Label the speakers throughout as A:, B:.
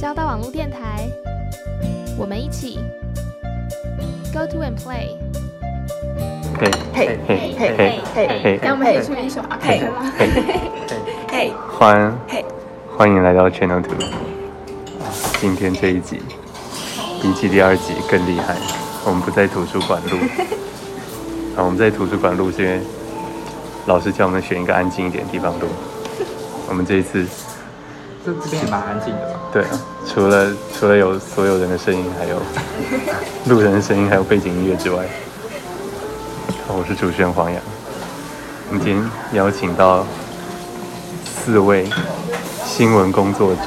A: 交大网络电台，我们一起 go to and play。
B: 嘿
C: 嘿
B: 嘿
C: 嘿
B: 嘿
C: 嘿
B: 嘿
C: 嘿，
B: 让
C: 让
B: 我
C: 我
B: 们
C: 们
B: 一
C: 一
B: 起
C: 起
B: 出
C: 出一首
B: 卡
C: 阿卡
B: 贝
C: 贝
B: 拉
C: 拉。
B: 嘿，欢
C: 嘿
B: 欢迎来到 Channel Two。今天这一集比起第二集更厉害，我们不在图书 馆录。啊，我们在图书馆录是因为老师叫我们选一个安静一点的地方录。我们这一次
D: 这这边也蛮安静的吧？
B: 对啊，除了除了有所有人的声音，还有路人的声音，还有背景音乐之外，好我是主持人黄洋。我们今天邀请到四位新闻工作者。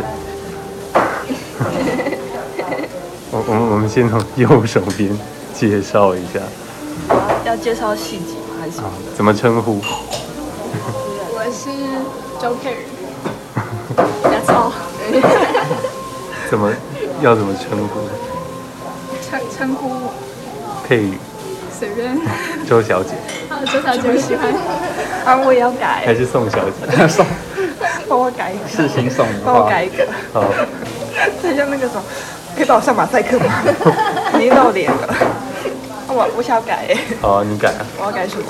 B: 我我们我们先从右手边介绍一下
C: 要介绍细节吗？还是
D: 哦
B: 啊，怎么称呼？
C: 我是 Joker。That's all
B: 怎么要怎么称呼？
C: 称称呼我
B: 佩宇
C: 随便，
E: 啊
B: 周小姐
C: 周小姐我喜欢。啊，我也要改
B: 还，是宋小姐？
D: 送
C: 帮我改一个，
D: 是新送的
C: 帮我
D: 话，
C: 改一个。
B: 好，
C: 这像那个什么，可以帮我上马赛克 吗？你露脸了。啊我我想改，
B: 好，你改啊。
C: 我要改什么？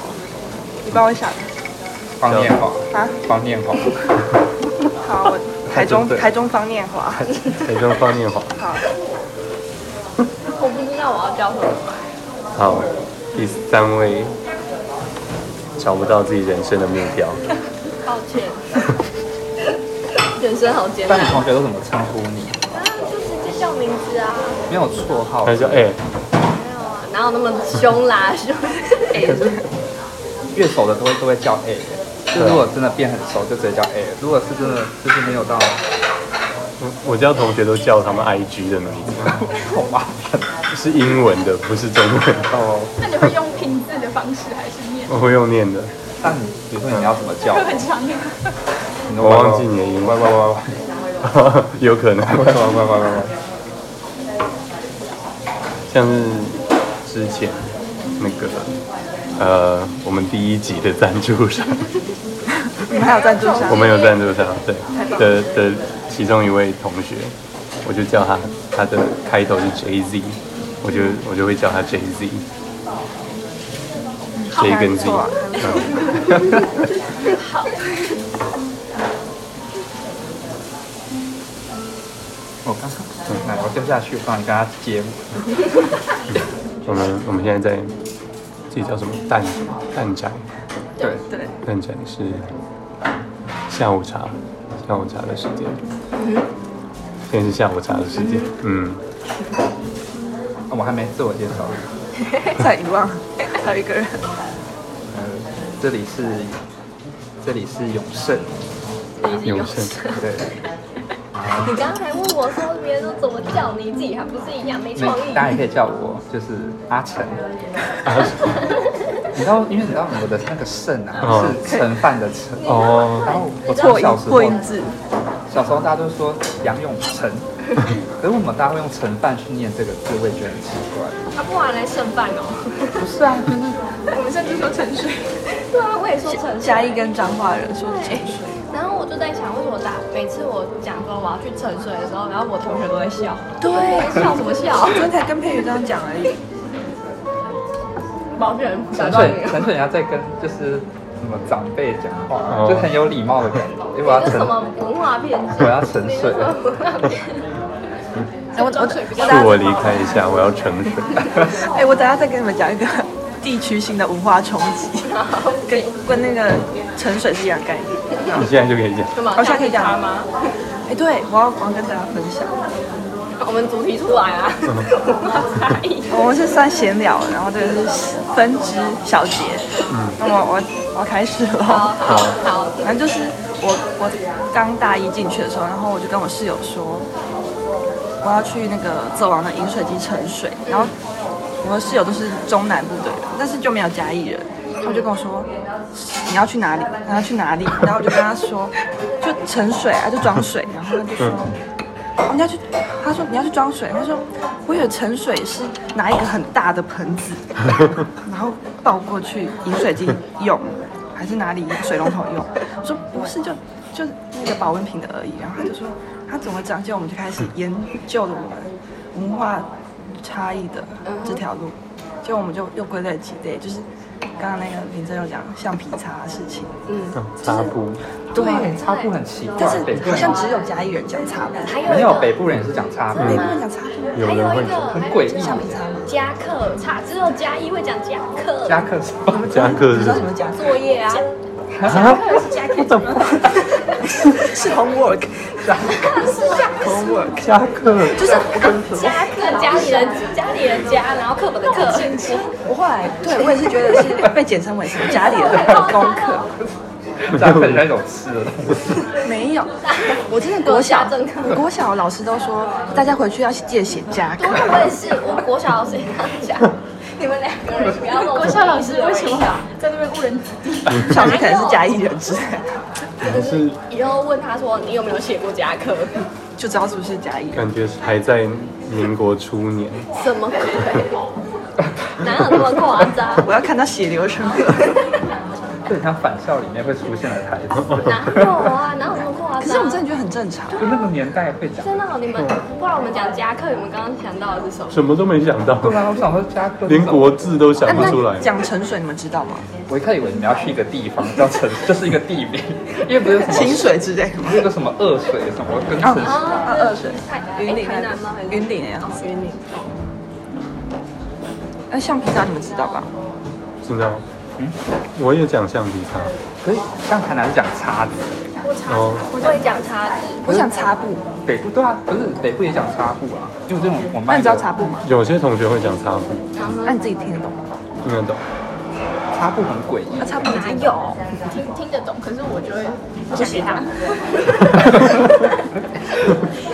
C: 你帮我想
D: 方念华，
C: 啊。
D: 方念 华，
C: 好，我台
B: 台中
C: 中
B: 队
C: 台中方念华。
B: 台中方念华。
C: 好，
E: 我不知道我要叫什么。
B: 好，第三位找不到自己人生的目标，
E: 抱 歉，人生好艰
D: 但你
E: 难。
D: 同学都怎么称呼你？
E: 啊，就直接叫名字啊，
D: 没有绰号
B: 他，说：“哎、
E: 没有啊，哪有那么凶啦？凶， 哎
D: 可是越熟的都会都会叫 A，就
B: 啊
D: 如果真的变很熟就直接叫 A，如果是真的就是没有到
B: 我我叫同学都叫他们 IG 的名字，
D: 好麻烦
B: 是英文的， 不是中文。
D: 哦。
F: 那你会用拼字的方式还是念？
B: 我会用念的，
D: 但你比如说你要怎么叫
F: 会？很长的。
D: 你
B: 我忘记你的英
D: 喂
B: 文，
D: 喂喂喂
B: 有可能。
D: 喂喂喂喂喂喂，
B: 像是之前那个呃，我们第一集的赞助商，
C: 你们还有赞助商
B: 我？们有赞助商，对的的其中一位同学，我就叫他他的开头是 J Z，我就我就会叫他 J Z，J 跟 Z，
D: 我刚刚奶油掉下去，帮你跟他接。
B: 我们我们现在在这里叫什么蛋什么蛋展，
D: 对，
C: 对，
B: 蛋展是下午茶下午茶的时间，现在是下午茶的时间，嗯，
D: 我们还没自我介绍。
C: 再遗忘，还有一个人。
D: 呃，这里是这里是永盛，
B: 永盛，
D: 对，
E: 你刚刚还问我说别人都怎么叫你，自己还不是一样没创
D: 那
E: 意？
D: 大家也可以叫我就是阿成。
B: 啊
D: 你知道，因为你知道我的那个盛啊
B: 嗯，
D: 是盛饭的盛。
B: 哦
D: 然后
C: 破
D: 我从
C: 音
D: 小时候
C: 破，音字，
D: 小时候大家都说杨永 成，可是我们大家会用盛饭去念这个字，我也觉得很奇怪。
E: 啊，不然来剩饭哦。
D: 不是啊，就是
F: 我们甚至说陈水，
E: 对啊，我也说成
C: 嘉义跟彰化人说哎，
E: 然后我就在想，为什么大每次我讲说我要去沉水的时候，然后我同学都在笑，
C: 对，
E: 笑什么 笑
C: 我？昨天才跟佩宇这样讲而已。
E: 抱歉，打断
D: 陈水
E: 你，了。
D: 陈水要在跟就是什么长辈讲
B: 哦
D: 话，就很有礼貌的感觉。因为我要
E: 你是
D: 陈
E: 什，么文化偏见？
D: 我要沉
E: 你
D: 睡
E: 是什么文化偏见
C: 哎，我我
B: 恕我
C: 我
B: 离开一下，我要盛水。
C: 等哎，我等下再跟你们讲一个地区性的文化冲击，跟跟那个沉水是一样概 念。
B: 你现在就可以讲，
E: 干嘛？
C: 好像可以讲了吗？哎，对，我要我要跟大家分享，
E: 我们主题出来啊，文化差异。
C: 我们是算闲聊，然后这个是分支小节。那么我我要开始了。
E: 好好好，
C: 反正就是我我刚大一进去的时候，然后我就跟我室友说，我要去那个走廊的饮水机盛水，然后我的室友都是中南部的人，但是就没有嘉义人，他就跟我说你要去哪里，然后去哪里，然后我就跟他说就盛水啊，就装水，然后他就说。你要去，他说你要去装水，他说我以为盛水是拿一个很大的盆子，然后倒过去饮水机用，还是哪里水龙头用？我说不是，就就那个保温瓶的而已。然后他就说它怎么讲？就我们就开始研究了我们文化差异的这条路，就我们就又归类几类，就是刚刚那个平真有讲橡皮擦的事情，
B: 嗯擦布，
D: 对，擦布很奇怪，
C: 但是
D: 北部
C: 好
D: 人
C: 像只有嘉义人讲擦哎布，
G: 还有
D: 没
G: 一
D: 有
G: 个
D: 北部人也是讲擦布，
C: 北部人讲擦布，
B: 有
G: 还
B: 人
G: 有
B: 会
G: 一个
D: 很诡异
G: 还有一个夹克，差只有加一会讲夹克，
D: 加克什么？
B: 夹克
C: 你
B: 是
C: 知道什么讲？
G: 作业啊，
B: 啊，
C: 夹克怎么？是 homework，
D: 加克是 homework，加克
C: 就是
G: 夹克家里人家里人家，然后课本的课，
C: 我后来对我也是觉得是被简称为什么家里的功课，
D: 加克那种吃的 东西，
C: 没有，我真的国小
G: 国家政课
C: 国小老师都说大家回去要记得写夹
G: 对，
C: 克，
G: 我也是，我国小老师也这样 讲，你们两个人不要弄。
F: 国校老师为什么在那边误人子弟？
C: 小时可能是嘉义人之类的，
G: 就是以后问他说你有没有写过夹克？
C: 就知道是不是嘉义人。
B: 感觉是还在民国初年，
G: 什么鬼？哦哪有那么夸张？
C: 我要看他血流成河，
D: 这很像返校里面会出现的台词，
G: 哪有啊？哪有那么夸张？
C: 可是我真的觉得很正常。
D: 就那个年代会讲。
G: 真的哦，你们不然我们讲夹克，你们刚刚想到的是什 么？
B: 什么都没想到，
D: 对啊，我想说加克
B: 连国字都想不
G: 哎
B: 出来。
C: 讲沉水，你们知道吗？
D: 我一开始以为你们要去一个地方叫城， 就是一个地名，因为不是什么
C: 清水哦之类的吗？
D: 那个什么二水什么跟城 市，
G: 啊
C: 二水云
G: 林
C: 林
G: 台南吗？还是
C: 云啊林的样子。
G: 云林。
C: 那哎橡皮擦你们知道吧？
B: 知道？
D: 嗯
B: 我也讲橡皮擦，
C: 哦
D: 可是像台南是讲叉子，
B: 哦，
G: 我会讲叉子，
C: 我想擦布，
D: 北部对啊，不是北部也讲擦布啊，就这种我们
C: 那
D: 班
C: 你知道擦布吗？
B: 有些同学会讲擦布，
C: 那你自己听得懂吗？
B: 听 得懂？
D: 擦布很诡异
C: 那，啊擦布你自己
G: 哪
C: 懂
G: 有？
F: 听听得懂，可是我就会不想 给他。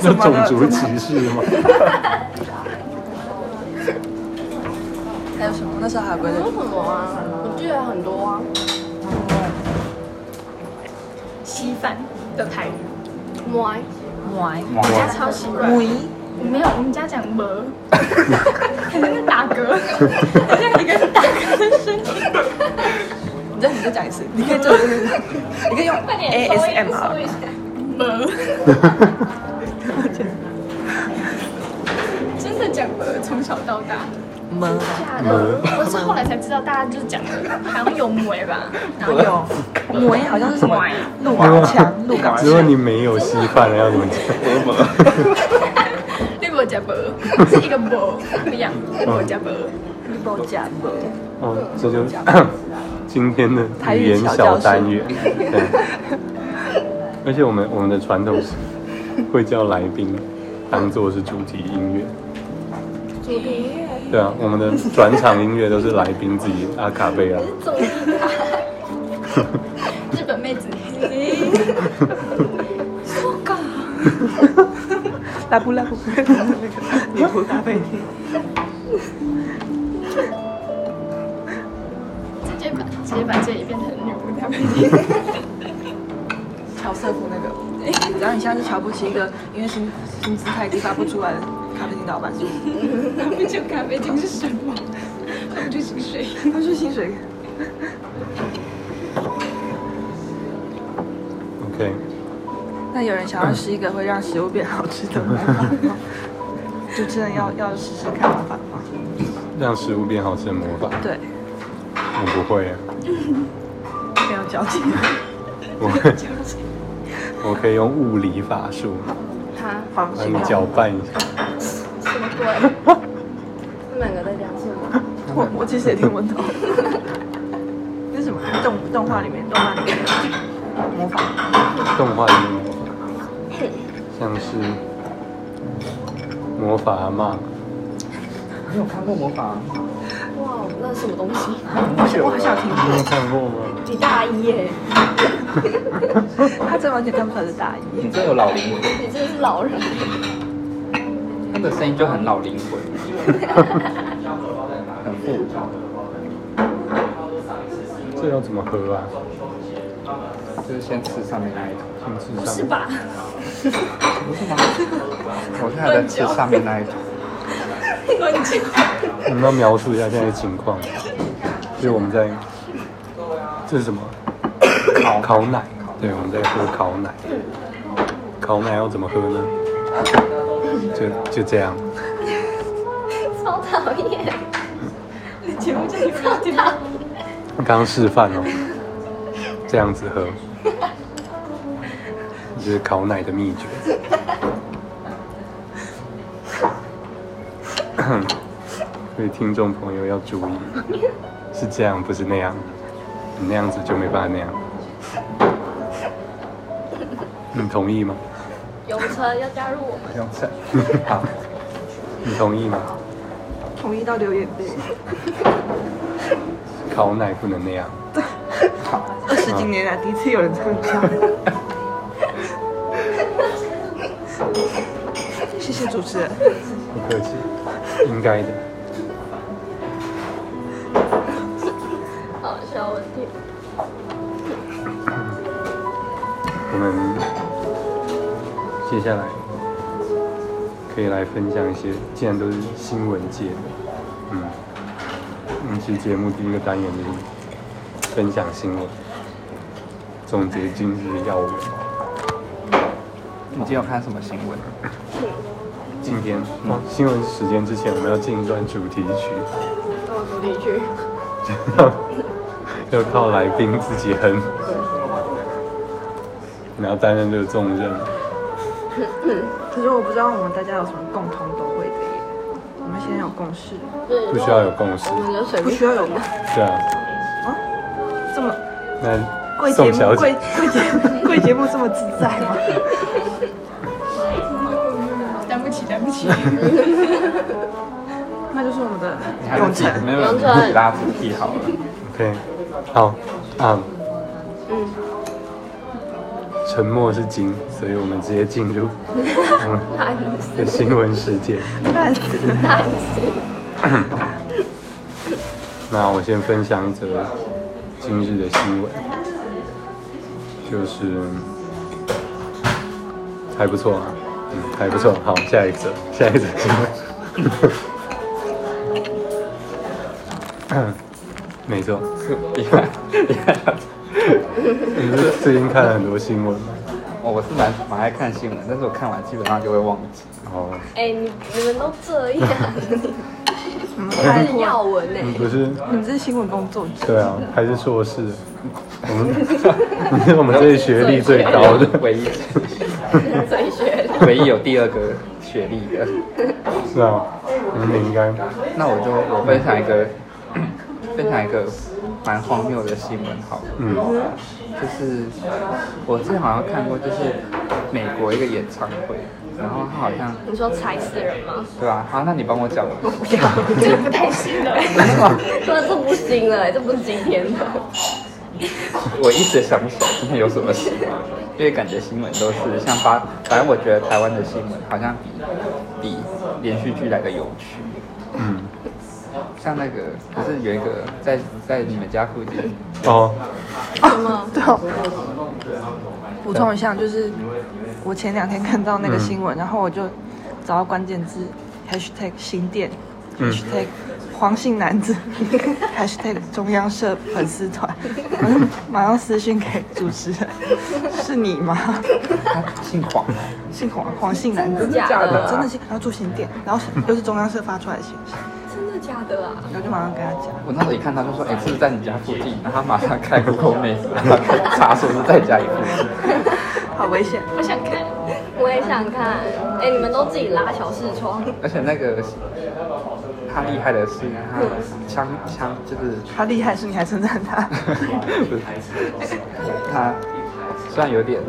B: 那种族歧视吗？
C: 还有什么？那时候还有归类
G: 还有什么啊？我记得很多啊。
F: 稀饭的台语，
G: 摸啊
C: 歪
D: 哇
F: 我家超习惯。
C: 喂，
F: 没有，我们家讲“鹅”，很像打嗝，好像一个人打嗝的声音。
C: 你再你再讲一次，你可以做， 你可以用 ASMR。
F: 真的讲鹅，从小到大。
C: 么
F: 假的，我是后来才知道，大家就是讲鹅，好像有母吧？然后
C: 有母诶，好像是什么鹿港腔，鹿港
B: 如果
C: 腔，
B: 你没有稀饭了，要怎么讲？
F: 你无食无，是一个无不一样，你无食无。
C: 你不讲不？
B: 嗯哦，这就是今天的语言小单元。对，而且我们我们的传统是会叫来宾当做是主题音乐。
G: 主题音乐
B: 对啊，我们的转场音乐都是来宾自己阿卡贝拉。
G: 综艺啊，
F: 日本妹子，
C: 拉布拉布，你不搭配你。
F: 直接把直接把这里变成女仆搭配。
C: 乔瑟夫那个，然后 你现在是瞧不起一个因为薪薪资太低发不出来的咖啡厅老板，是不是？
F: 他们就咖啡厅是什么？他们就薪水。
C: 他是薪水
B: OK，
C: 那有人想要吃一个会让食物变好吃的方法吗？就真的要要试试看方法吗？
B: 让食物变好吃的魔法，
C: 对，
B: 我不会啊，
C: 没有交集。
B: 我会，我可以用物理法术
G: 哈，
C: 黄
B: 帮
C: 心
B: 你搅拌一下。
G: 什么鬼？他们两个在讲什么？
C: 我我其实也听不懂。 那是什么 动动画里面动 漫里面的魔法？
B: 动画里面的魔法，像是魔法啊阿嬷，
D: 你有看过魔法？
G: 哇，那是什么东西？
C: 我好像有听
B: 你有
C: 过，
B: 看过吗？
G: 你大一耶，
C: 他真完全看不出来是大一。
D: 你真有老灵魂，
G: 你真的是老人。
D: 他的声音就很老灵魂，很复古。
B: 这要怎么喝啊？
D: 就是先吃上面那一
B: 先
D: 坨，
B: 吃上。
G: 是 吧？
D: 不是吗？我现在在吃上面那一坨，
B: 我们要描述一下现在的情况，就是我们在，这是什么？烤烤奶，对，我们在喝烤奶。烤奶要怎么喝呢？就就这样，
E: 超讨厌。
F: 节目这里不要听到。
B: 刚刚示范哦，这样子喝，这是烤奶的秘诀。 所以听众朋友要注意，是这样，不是那样。你那样子就没办法那样。你同意吗？
E: 永成要加入我们，
D: 不用称。
B: 好，你同意吗？
C: 同意到流眼泪，
B: 烤奶不能那样。
C: 二十几年来第一次有人这么讲。 谢谢主持人，
B: 不客气，应该的。
E: 好笑问题。
B: 我们接下来可以来分享一些，既然都是新闻界的，嗯，我们其实节目第一个单元就是分享新闻，总结今日要闻。
D: 你今天有看什么新闻？
B: 今天、嗯、新闻时间之前，我们要进一段主题曲，哦
E: 我主题曲，
B: 要靠来宾自己哼，然后担任这个重任。
C: 可是我不知道我们大家有什么共同都会的耶。 我们现在有共识，
E: 就是
B: 不需要有共识，
E: 我们就随
C: 不
E: 便
C: 需要有
B: 对啊。
C: 这么
B: 那
C: 贵节
B: 宋小
C: 目
B: 姐
C: 贵，贵节目贵节目这么自在吗？
F: 担不起，担不起。
C: 那就是我们的
D: 你还
C: 永
D: 是
C: 成，
D: 没有
E: 永成
D: 拉主题好了。
B: OK，好，啊，
E: 嗯，
B: 沉默是金，所以我们直接进入我们的新闻世界。
C: 烂死了
B: 那我先分享一则今日的新闻，就是嗯还不错啊，嗯，还不错。好，下一则，下一则新闻。 没错，
D: 厉害厉害！
B: 你是最近看了很多新闻吗？
D: 哦，我是蛮蛮爱看新闻，但是我看完基本上就会忘记。
B: 哦，
E: 哎，你你们都这样，
C: 你们
E: 这
C: 太
E: 是要文
B: 你
E: 哎，
B: 不是
C: 你们这是新闻工作者，
B: 对啊，还是硕士，我们是我们这里学历最高的，
D: 唯一
E: 嘴学
D: 唯一有第二个学历的。
B: 是啊，我们应该
D: 那我就我分享一个分享一个蛮荒谬的新闻好了。
B: 嗯
D: 就是我之前好像看过，就是美国一个演唱会，然后他好像
E: 你说踩死人 吗？
D: 对吧、好，那你帮我讲。
E: 这个不太行了，说这不行了，这不是今天的。
D: 我一直想不起来今天有什么新闻，因为感觉新闻都是像发，反正我觉得台湾的新闻好像比比连续剧来的有趣。
B: 嗯，
D: 像那个，不是有一个在在你们家附近，
B: 哦，
C: 对哦。补充一下，就是我前两天看到那个新闻，
B: 嗯
C: 然后我就找到关键字 hashtag 新店、
B: 嗯
C: hashtag 黄姓男子 hashtag 中央社粉丝团， 我就马上私信给主持人，是你吗？
D: 他姓黄，
C: 姓黄，黄姓男子，
E: 真的假的
C: 真的是，然后住新店，然后又是中央社发出来的信息，
E: 真的假的啊？
C: 然后就马上跟他讲。
D: 我那时候一看他就说，哎、是不是在你家附近？然后他马上开 Google Maps，然后查说嗯是在家里附近。
C: 好危险！
E: 我想看，我也想看。哎、你们都自己拉小视窗，
D: 而且那个他厉害的是，他枪枪就是
C: 他厉害是你还称赞 他，
D: 不是他虽然有点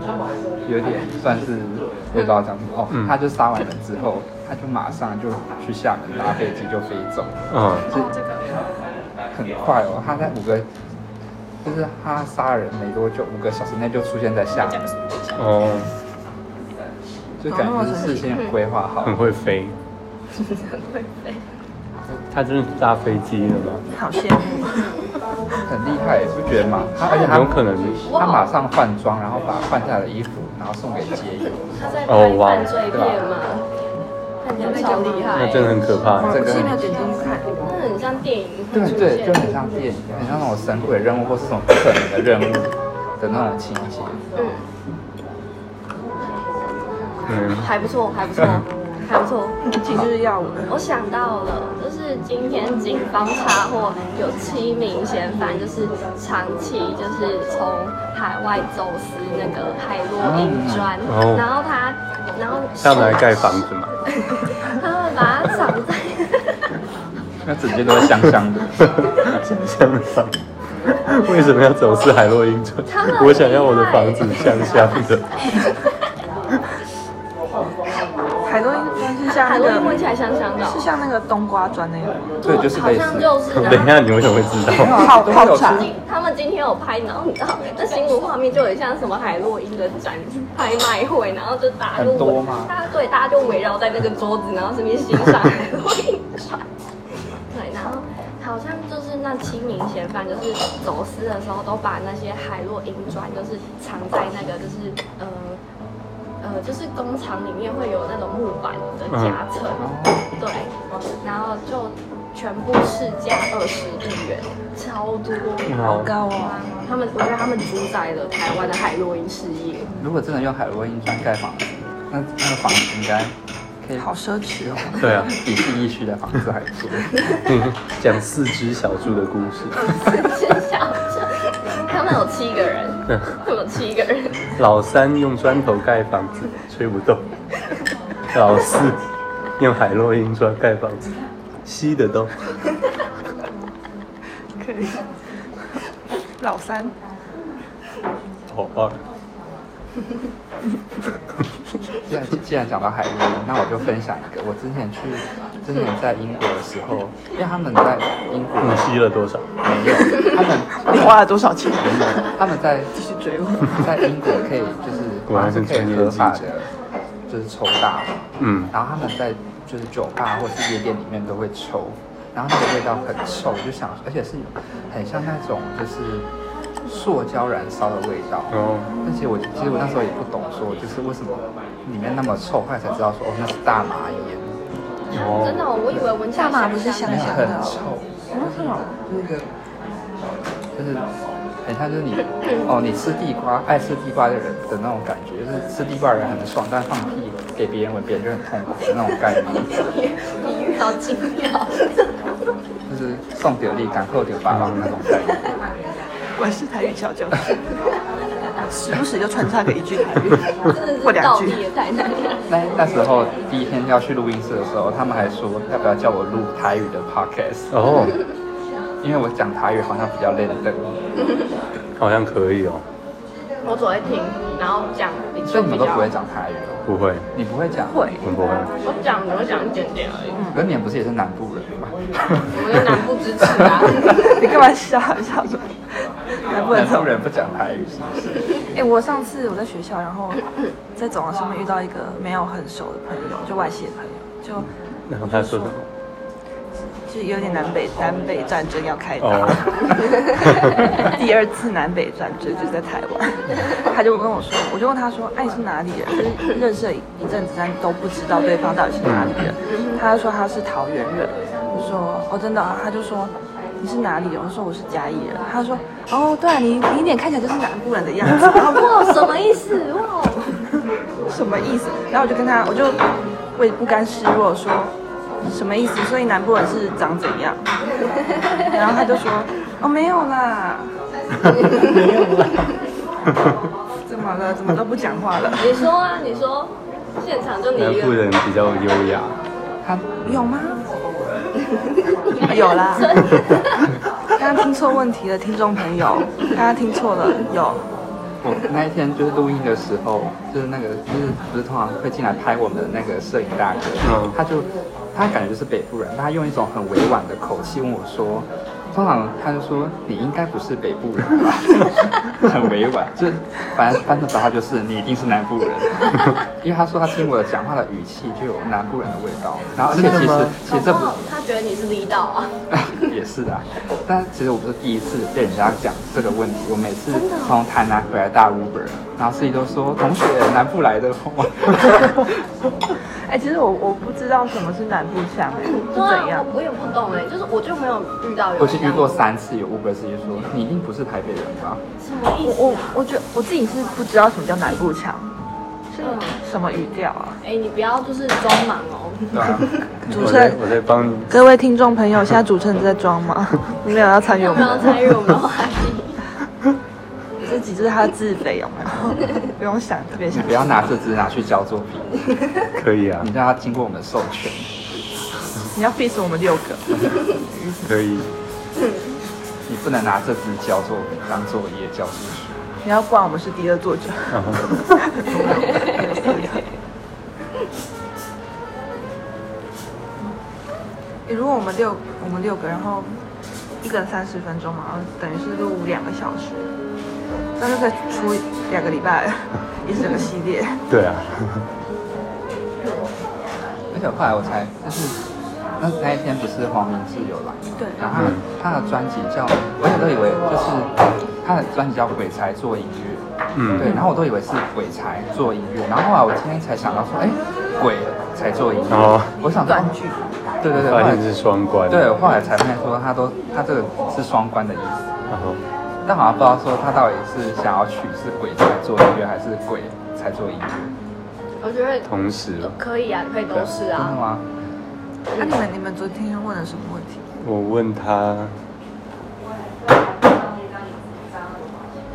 D: 有点算是我也不知道讲什么
B: 嗯
D: 哦，他就杀完人之后，他就马上就去厦门搭飞机就飞走，
B: 嗯，
D: 很快哦，他在五个。就是他杀人没多久，五个小时内就出现在厦门，
B: 哦，
D: 就感觉是事先有规划好
B: 很。会飞，他真的是搭飞机了吗？
C: 好羡慕。
D: 很厉害，不觉得吗？他而且他
B: 有可能
D: 他马上换装，然后把换下的衣服，然后送给街友，
E: 他在
B: 哦
E: 拍
B: 哇
E: 犯罪片吗？看起来超厉害
B: 那，真的很可怕。
D: 这
C: 我
D: 个
C: 是没有点进去看，
E: 那很像电影会
D: 对
E: 出
D: 对，
E: 现
D: 就。很像电影，很像那种神鬼任务或是什么不可能的任务的那种情节。
E: 嗯，
B: 嗯，
G: 还不错，还不错，还不错。
C: 几日要闻？
G: 我想到了，就是今天警方查获有七名嫌犯，就是长期就是从海外走私那个海洛因砖，
B: 哦
G: 然后他，然后
B: 是要拿来盖房子嘛？
G: 他们把它藏在，
D: 那整间都是香香的。
B: 想象的房子，为什么要走私海洛因村？我想要我的房子香香的。
C: 海洛因砖是像那
G: 海洛因闻
C: 个
G: 起来香香的哦
C: 是，像那个冬瓜砖那样吗，
D: 对，就是
G: 好
D: 类似
G: 像。就是 啊。
B: 等一下，你为什么会知道？
C: 泡泡茶。
G: 他们今天有拍，然后你知道那新闻画面就很像什么海洛因的展拍卖会，然后就大家就
D: 很多
G: 围
D: 吗，
G: 大家对大家就围绕在那个桌子，然后顺便欣赏海洛因 展。对，然后好像就是那七名嫌犯，就是走私的时候都把那些海洛因砖，就是藏在那个就是呃呃，就是工厂里面会有那种木板的夹层，
D: 嗯
G: 对，然后就全部市价二十亿元，超多。
B: 好
C: 高哦，
G: 他们，我觉得他们主宰了台湾的海洛因事业。
D: 如果真的用海洛因砖盖房子，那那个房子应该可以
C: 好奢侈哦。
B: 对啊，
D: 比信义区的房子还不错。
B: 嗯讲四只小猪的故事。
G: 真小镇，他们有七个人，他们有七个人，
B: 老三用砖头盖房子，吹不动；老四用海洛因砖盖房子，吸得动。
C: 老三，
B: 好棒！
D: 既然既然讲到海边，那我就分享一个。我之前去，之前在英国的时候，因为他们在英国
B: 你吸了多少？
D: 没有，他们
C: 你花了多少钱？
D: 他们在
C: 继续追我。
D: 在英国可以就是
B: 果然是
D: 可以
B: 专业
D: 合法
B: 记
D: 的
B: 者，
D: 就是抽大麻。
B: 嗯
D: 然后他们在就是酒吧或是夜店里面都会抽，然后那个味道很臭，就想，而且是很像那种就是塑胶燃烧的味道。
B: 哦，
D: 但其实我其实我那时候也不懂说，就是为什么里面那么臭，后来才知道说哦那是大麻烟，
G: 真的、哦，我以为闻起来
C: 大麻不是香
G: 香的
D: 没有
C: 香
D: 很
C: 的哦
D: 臭，就是一个就是很像就是你哦你吃地瓜爱吃地瓜的人的那种感觉，就是吃地瓜的人很爽，但放屁给别人闻别人就很痛苦的那种概念，
G: 比喻好精妙。
D: 就是送点力赶后点霸王那种概念。
C: 我是台语小 教师，时不时就穿插个一句台语
G: 真的
C: 或
G: 是
C: 两
G: 倒
C: 句
G: 地。也太难了。
D: 那那时候第一天要去录音室的时候，他们还说要不要叫我录台语的 podcast，
B: 哦，
D: 因为我讲台语好像比较累的。
B: 好像可以哦。
G: 我只会听，然后讲比
D: 所
G: 较
D: 以你们
G: 比
D: 都不
G: 较
D: 会，讲台语哦？
B: 不会，
D: 你不会讲？
C: 会，
B: 我不会。
G: 我讲我讲一点点而已，
D: 可是你们不是也是南部人吗？
G: 我们有南部支持啊。
C: 你干嘛笑一笑 说？还不能
D: 南
C: 走
D: 部人不讲台语是不是？
C: 哎、我上次我在学校，然后在走廊上面遇到一个没有很熟的朋友，就外系的朋友，就
B: 然后他说什么？
C: 就有点南北南北战争要开打，
B: 哦
C: 第二次南北战争就是在台湾。他就跟我说，我就问他说，哎、你是哪里人？就是认识了一阵子，但都不知道对方到底是哪里人。他就说他是桃园人，我说哦真的、啊，他就说。你是哪里人？我说我是嘉义人。他说：“哦，对啊，你你一脸看起来就是南部人的样子。”然后
G: 哇，什么意思？哇，
C: 什么意思？然后我就跟他，我就我也不甘示弱说，什么意思？所以南部人是长怎样？然后他就说，哦，没有啦，
B: 没有啦。
C: 怎么了？怎么都不讲话了？
G: 你说啊，你说，现场就你
B: 南
G: 一
B: 部
G: 个。
B: 人比较优雅。
D: 他
C: 有吗？有啦，
G: 真
C: 刚刚听错问题了，听众朋友，刚刚听错了，有。
D: 我哦那一天就是录音的时候，就是那个就是不是通常会进来拍我们的那个摄影大哥，
B: 嗯
D: 他就他感觉就是北部人，但他用一种很委婉的口气问我说，通常他就说你应该不是北部人吧， 很委婉，就是反正反正答案就是你一定是南部人， 因为他说他听我讲话的语气就有南部人的味道，然后而且其
B: 真的
D: 实
B: 吗
D: 其实这不
G: 哦他觉得你是离岛啊，
D: 也是啊，但其实我不是第一次被人家讲这个问题。我每次从台南回来大 Uber，然后司机都说：“同学，南部来的吗？”
C: 哎、其实我我不知道什么是南部腔、哎，是
G: 对
C: 怎
G: 啊
C: 样，？
G: 我我也不懂哎，就是我就没有遇到有
D: 我是遇过
G: 这
D: 三次有 Uber 司机说：“你一定不是台北人吧
G: 样什么意
C: 我
G: 思
C: 我我觉得我自己是不知道什么叫南部腔，是什么语调啊？
G: 嗯哎、你不要就是装忙哦。
D: 对啊，
C: 主
B: 我
C: 持
B: 在
C: 人，
B: 我在帮你，
C: 各位听众朋友，现在主持人在装吗？ 你没有要参与
G: 要
C: 我
G: 不
C: 们
G: 要
C: 的？
G: 参与我们的话题？
C: 这几只他自费有没 有？不用想，特别
D: 你
C: 想。
D: 不要拿这支拿去交作品，
B: 可以啊
D: 你，让它经过我们授权。
C: 你要 f 死我们六个。
B: 可以，
D: 你不能拿这支交作品当作业交出去。
C: 你要管我们是第二作者。 欸如果我们六我们六个，然后一个人三十分钟嘛，然后等于是录两个小时，这样就可以出两个礼拜，一整个系列。
B: 对啊，
D: 而且后来我才，就是那那一天不是黄明志有来吗？
C: 对
D: 然后他的专辑叫，我也都以为就是他的专辑叫《鬼才做音乐》，
B: 嗯，
D: 对，然后我都以为是鬼才做音乐，然后后来我今天才想到说，哎，鬼才做音乐。
B: 哦
D: 我想说
C: 短剧，
D: 对对对，后
B: 发
D: 来
B: 现是双关，
D: 对，我后来才发现说他都他这个是双关的意思。
B: 然后
D: 但好像不知道说他到底是想要取是鬼才做音乐，还是鬼才做音乐？
G: 我觉得
B: 同时哦
G: 可以啊，可以都是
D: 真的
G: 啊。
D: 吗？
C: 那、你们你们昨天问了什么问题？
B: 我问他，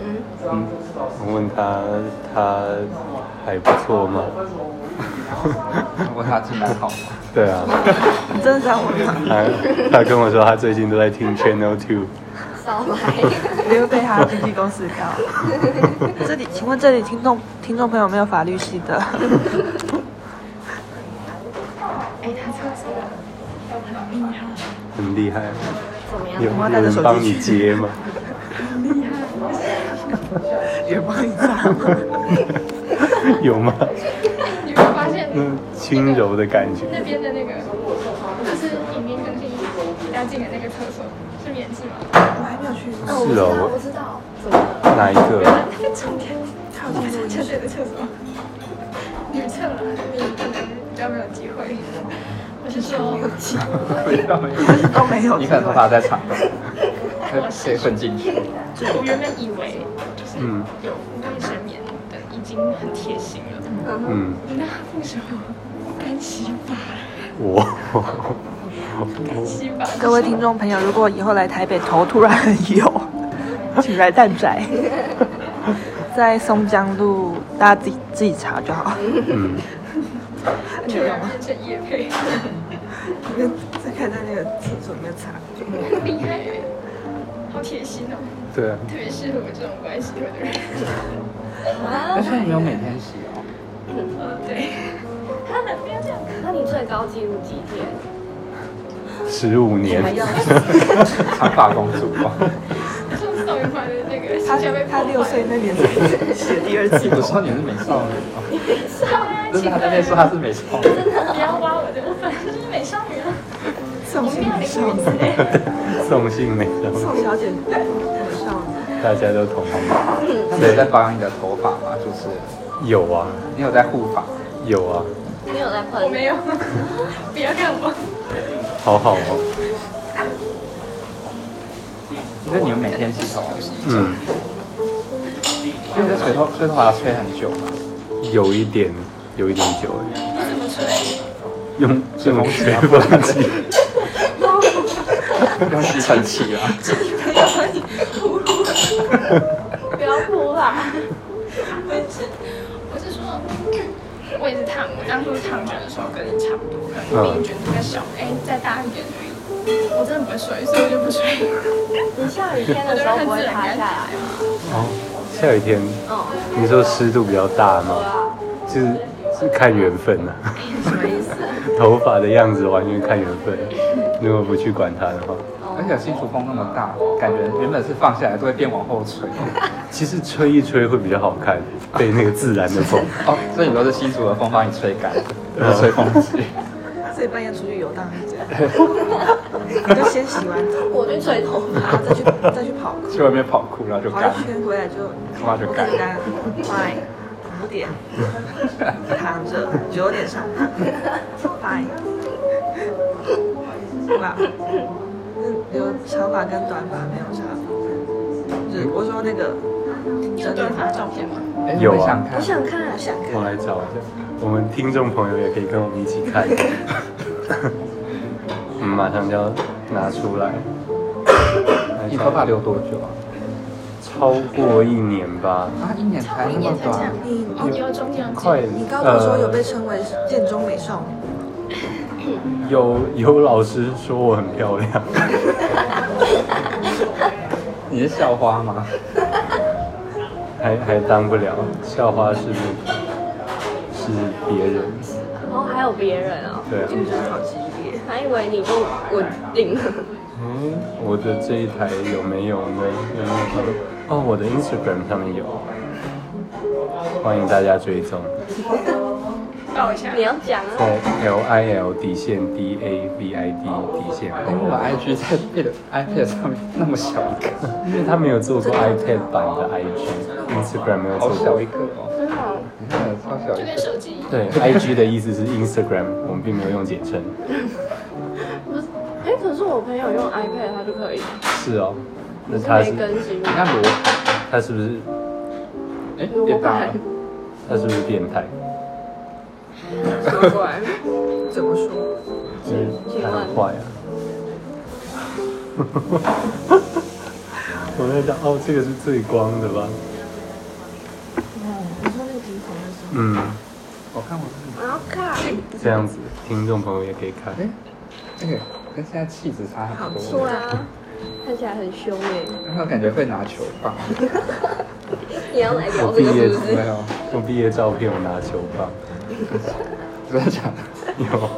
G: 嗯，
B: 嗯，我问他他还不错吗？
D: 问他进来好吗？
B: 对啊，
C: 你真的在问吗？
B: 他他跟我说他最近都在听 Channel Two，
G: 少来。
C: 你又被他经纪公司告。这里，请问这里听众听众朋友有没有法律系的？
B: 很厉害，
G: 怎么样？
B: 有
C: 我
B: 有
C: 要带着
B: 人
C: 手机
B: 帮
C: 去
B: 你接 吗？
C: 有人帮你查吗？
B: 有吗？
F: 你会发现
B: 那轻柔的感觉，
F: 那边的那个，就是影音跟电影要进的那个厕所是免治吗？
C: 我还没有去。
B: 是哦，
G: 我知道，怎么 了？
B: 哪一个？
F: 重点，靠近厕所的厕所，女厕啦，你可能比较没有机会。我是说，
C: 都没有
D: 你
C: 机
D: 可能头
C: 会。
D: 发在长的，可以可以混进去。
F: 我原本以为就是
B: 嗯
F: 有卫生棉的已经很贴心了，
B: 嗯，
F: 那为什么不敢洗发？
B: 我
F: 洗发
C: 各位听众朋友，如果以后来台北头突然很油，请来蛋仔，在松江路，大家自己自己查就好。
B: 嗯，
F: 居然变成夜配，
C: 再看在那个厕所里面查。
F: 厉害耶，好贴心哦，
B: 对啊，
F: 特别适合我这种不爱洗头的人。
D: 而且你没有每天洗哦，
F: 哦，对，他能不要这样？
G: 那你最高纪录几天？
B: 十五年，
D: 长发公主哦。
F: 就是少女花的那个，
C: 他
F: 他被
C: 他六岁那年才写第二
D: 你
C: 季，
D: 不说你是美少女哦吗？
F: 那
D: 真的，他在那边说她是美少女。
F: 不要挖我的，我本来就是美少女啊，
C: 宋
F: 我
C: 小
F: 妙龄女子哎。
B: 送信没了，
C: 宋小姐，我上
B: 大家都同意。
D: 那你有在保养你的头发吗？主持人，
B: 有啊，
D: 你有在护发？
B: 有啊，
G: 你有在
F: 我
G: 喷？
F: 没有，不要看我，
B: 好好哦，
D: 那你们每天洗头吗？
B: 嗯，
D: 因为这吹头吹头发要吹很久嘛，
B: 有一点，有一点久了，
F: 你怎么吹？
B: 用
D: 吹
B: 用
D: 风机
B: 吹
D: 啊
B: 风机，
D: 用吸尘器啊。
G: 不要哭啦！
F: 我是说，我也是烫，我当初烫卷的时候跟你差不多，可能比你卷的再小，哎，再大一点而已。我真的不会吹，所以我就不吹。
G: 你下雨天的时候不会塌下来吗？
B: 哦，下雨天，
G: 嗯，
B: 你说湿度比较大
G: 对
B: 吗？
G: 啊，
B: 就是是看缘分呐、啊，
G: 什么意思？
B: 头发的样子完全看缘分，如果不去管它的话，
D: 而且新竹风那么大，感觉原本是放下来都会变往后 吹。
B: 其实吹一吹会比较好看，被那个自然的风。
D: 哦，所以你都是新竹的风帮你吹干， 不是吹风机。
C: 所以半夜出去游 荡一下，你就先洗完头，
G: 哦我去吹头发，
C: 再去再去跑
D: 去外面跑酷，然后就
C: 跑
D: 干
C: 一。圈回来就
D: 头发就干
C: 不干，拜五点躺着，九点上 班，拜，是吧？那留长发跟短发没有差别。就是我说那个
F: 你有多人发照片吗？
D: 哎，
B: 有啊
D: 我想看
G: 我，想看，
C: 我想看
B: 我来找一下，我们听众朋友也可以跟我们一起看。 我们马上就要拿出来。
D: 你头发留多久啊？
B: 超过一年吧，
D: 啊，一年
F: 哎
D: 才那么短，
C: 你
F: 哦，你有中间有
B: 快。
C: 你高中的时候有被
B: 呃
C: 称为“建中美少女
B: 有有老师说我很漂亮，
D: 你是校花吗？
B: 还还当不了校花是是别人，
G: 然后还有别人哦，
B: 对啊”，，
C: 竞争好激烈。
G: 还以为你就稳定了，
B: 嗯，我的这一台有没有呢？有没有？哦，我的 Instagram 上面有，欢迎大家追踪，
F: 报一下
G: 你，要讲啊，
B: 在 L I L 底线 D A V I D 底线
D: 哎，我 IG 在 iPad 上面那么小一个，
B: 因为他没有做过 iPad 版的 IG，Instagram 没有
D: 好
B: 做
D: 小
B: 过
D: 一。个哦，
G: 真的哦，
D: 你看超小
F: 就
D: 一
F: 跟
D: 个，
F: 手机一样。
B: 对，IG 的意思是 Instagram，我们并没有用简称。
G: 不是，哎，可是我朋友用 iPad 他就可以，
B: 是哦，那
G: 是
B: 他是
G: 没更新
D: 你看罗，
B: 他是不是
D: 哎，变大了，
B: 他是不是变态？
G: 说过来，
C: 怎么说？
B: 就是他很坏啊。 我在想，哦，这个是最光的吧？嗯，
D: 我看我自己，
G: 我要看，
B: 这样子，听众朋友也可以看。
D: 哎，那个跟现在气质差很
G: 对
D: 多，
G: 啊，看起来很凶哎，
D: 然后感觉会拿球棒，
G: 你要来
B: 我
G: 聊这
B: 毕
G: 个
B: 业
G: 是不是？
D: 有，
B: 我毕业照片，我拿球棒，
D: 真的假的？
B: 有。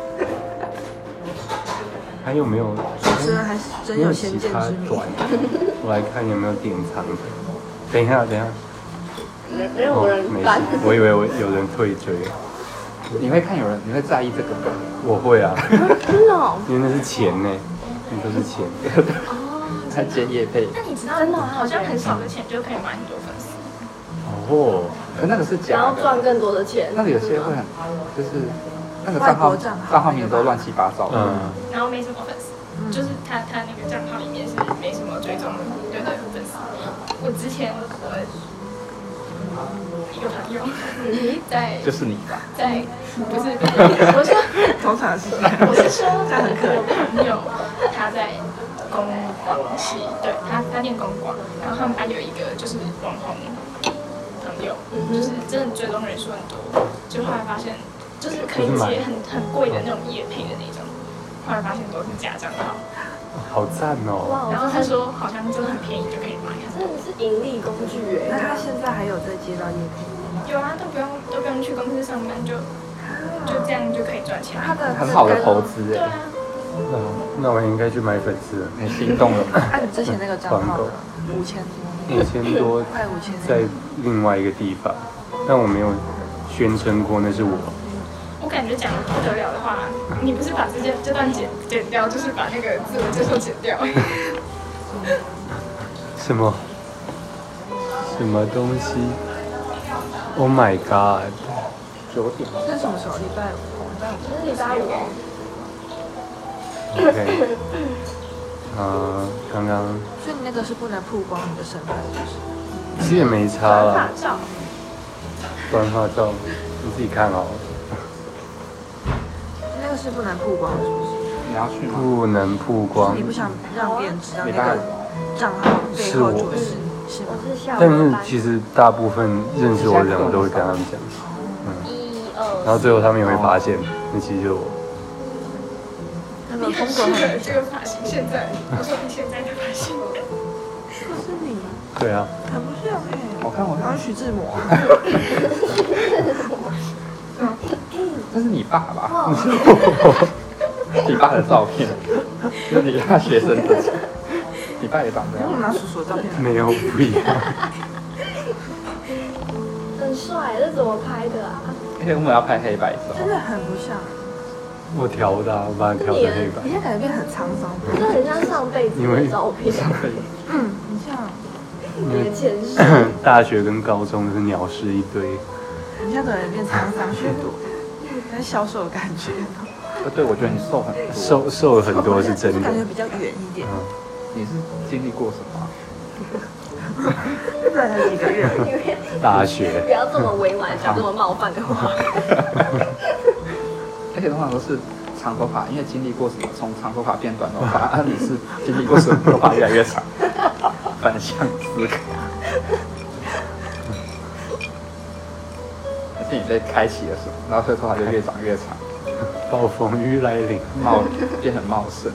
B: 还有没有？
C: 主持人还是啊真有先见之明。
B: 转，我来看有没有典藏的。等一下，等一下，哦
G: 没有人
B: 没
G: 翻，
B: 事，我以为我有人退追，
D: 你会看有人，你会在意这个吗？
B: 我会啊，
G: 真的哦，
B: 因为那是钱呢，那都是钱。
D: 他接叶配，
F: 那你知道，真的好像很少的钱就可以买很多粉丝。
B: 哦，
D: 可那个是
G: 想
D: 假
G: 要
D: 的，
G: 赚更多的钱，
D: 那个有些会很，就是那个账号
C: 外国账号
D: 账号名都乱七八糟的，
B: 嗯，
F: 然后没什么粉丝，就是他他那个账号里面是没什么追踪的，对对粉丝。我之前我一个朋友 在
D: 就是你吧？
F: 在不是不是，我说
C: 通常是这样。
F: 我是说
C: 他很可
F: 我朋友他在公广系，对他他念公广，然后他们班有一个就是网红朋友，就是真的追踪人数很多，就后来发现就是可以接很很贵的那种夜配的那种，后来发现都是假账号。
B: 好赞哦，
G: 哇，
F: 然后
G: 我
F: 他说好像真的很便宜就可以买，
G: 真的是盈利工具
C: 那
G: 哎，
C: 他现在还有在接到叶配？
F: 有啊，都不用都不用去公司上班，就就这样就可以赚钱。
C: 他的
D: 很好的投资
F: 对
D: 哎，
F: 啊，
B: 那呃那我应该去买粉丝了，
D: 你心动了吗？
C: 按你之前那个账号呢？五千多，
B: 一千多
C: 快五千
B: 在另外一个地方，但我没有宣称过那是我，
F: 我感觉讲的不得了的话，你不是把这件这段剪剪掉，就是把那个自我介绍剪掉。
B: 什么什么东西？Oh my god！
D: 九点，
C: 那什么时候？礼拜五，礼拜五。
G: 这是礼拜五哦，
B: OK，呃，刚刚
C: 所以你那个是不能曝光你的身份，就是
B: 其实也没差
F: 发
B: 啦，
F: 照，
B: 短发照你自己看好了，
C: 那个是不能曝光，是不是？
D: 你要去吗？
B: 不能曝光
C: 你。不想让别人知道
D: 礼
C: 那
D: 拜五
C: 个账号背后主使是吗？
G: 我是下午
B: 但是
G: 班，
B: 其实大部分认识我的人，我都会跟他们讲，
G: 一
B: 然后
G: 二，
B: 最后他们也会发现，那其实就是我。
C: 那个
F: 你很
C: 风
F: 适
C: 格
F: 合
C: 很
F: 这个发型。现在，我说你现在的发型，
B: 对啊，
C: 很不像哎，
D: 我看我
C: 好像
D: 看，
C: 徐志摩。
D: 这是你爸吧？你爸的照片，就是你大学生的照片，你爸也长这
C: 因为我们。
D: 样
C: 拿叔叔的照片，
B: 没有不一样。
G: 很帅，这怎么拍的啊？
D: 而且我们要拍黑白照，
C: 真的很不像。
B: 我调的、啊，我把它调成黑白
C: 你。现在感觉变很沧桑，
G: 这很像上辈子的照片，
C: 嗯，你像
G: 你的前世，
B: 大学跟高中就是鸟事一堆，
C: 你现在感觉变沧桑许多，很消瘦的感觉，
D: 呃对，我觉得你瘦很多。，
B: 瘦瘦了很多是真
C: 就是感觉
B: 的。
C: 比较圆一点。
D: 你是经历过什么啊？
C: 对，才几个月，
G: 你们
B: 大学
G: 不要这么委婉讲这么冒犯的话。
D: 而且通常都是长头发，因为经历过什么，从长头发变短头发， 啊，你是经历过什么，头发越来越长，反向思考。而且你在开启的时候，然后这头发就越长 越长，
B: 暴风雨来临，
D: 茂变成茂盛。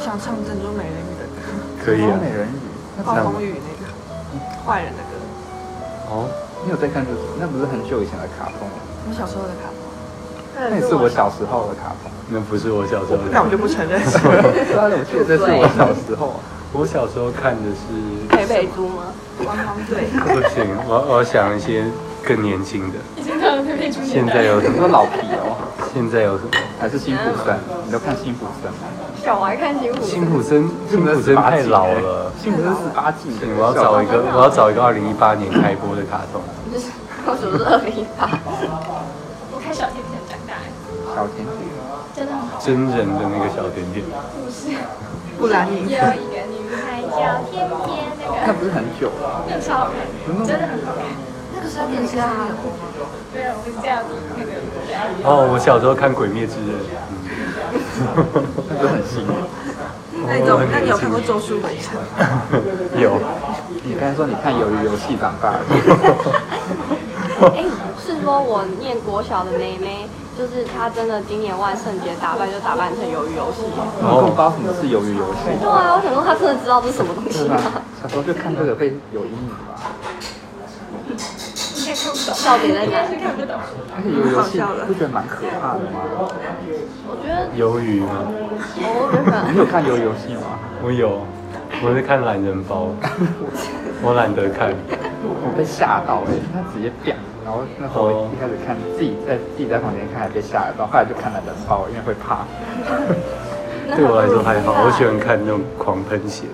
C: 想唱《珍珠美人鱼》的歌，
B: 可以啊
D: 美。人鱼，
C: 暴风雨那个坏人的歌，
B: 哦，
D: 你有在看这？那不是很久以前的卡通吗？
C: 我小时候的卡通，
D: 那也是我小时候的卡 通。
B: 那不是我小时候
C: 那
B: 看
C: 我就
B: 的。
C: 不承认了。
D: 但是我记得这是我小时候。
B: 我小时候看的是，
G: 佩佩猪吗？
C: 汪汪队，
B: 不行，我我想一些更年轻的。
F: 已经到了佩佩猪年
B: 现
F: 代
B: 在有什
D: 你
B: 么？
D: 说老皮哦，
B: 现在有什么？
D: 还是辛普森？你都看辛普森吗？
G: 小孩看辛普
B: 辛普森，辛普森太老了。
D: 辛普森十八禁的。
B: 行，我要找一个，我要找一个二零一八年开播的卡通。
G: 就是我数是二零一八，
F: 我看小甜甜长大，
D: 小甜甜，
F: 真的很好。
B: 真人的那个小甜甜，
F: 故事
C: 布兰
F: 有
C: 妮，
F: 一个女孩叫天天，那
D: 那
F: 个
D: 不是很久了。
F: 那个超好看，真的很好看。
G: 那个时候电视啊，
F: 对，我会叫你那个
B: 哦，我小时候看《鬼灭之刃》，嗯，
D: 那都很新。
C: 那你有那你有看过《咒术回战》？
B: 有，
D: 你刚才说你看《鱿鱼游戏》长大的，
G: 哎、是说我念国小的妹妹，就是她真的今年万圣节打扮就打扮成鱿鱼 游戏。
D: 我根本不知道什么是鱿鱼游戏。
G: 对啊，我想说她真的知道这是什么东西
D: 对
G: 吗
D: 吧？？小时候就看这个会有阴影吧。
F: 应该看不懂，
G: 笑点在
F: 应
G: 哪
F: 该是？看不懂。
D: 而且鱿鱼游戏不觉得蛮可怕的吗？
G: 我觉得
B: 鱿鱼吗？
G: 我原本
D: 你有看鱿鱼游戏吗？
B: 我有，我是看懒人包，我懒得看。
D: 我被吓到哎、他直接变。然后那时候一开始看自己在自己在房间看还被吓到，后来就看了人包，因为会怕。
B: 对我来说还好，我喜欢看那种狂喷血。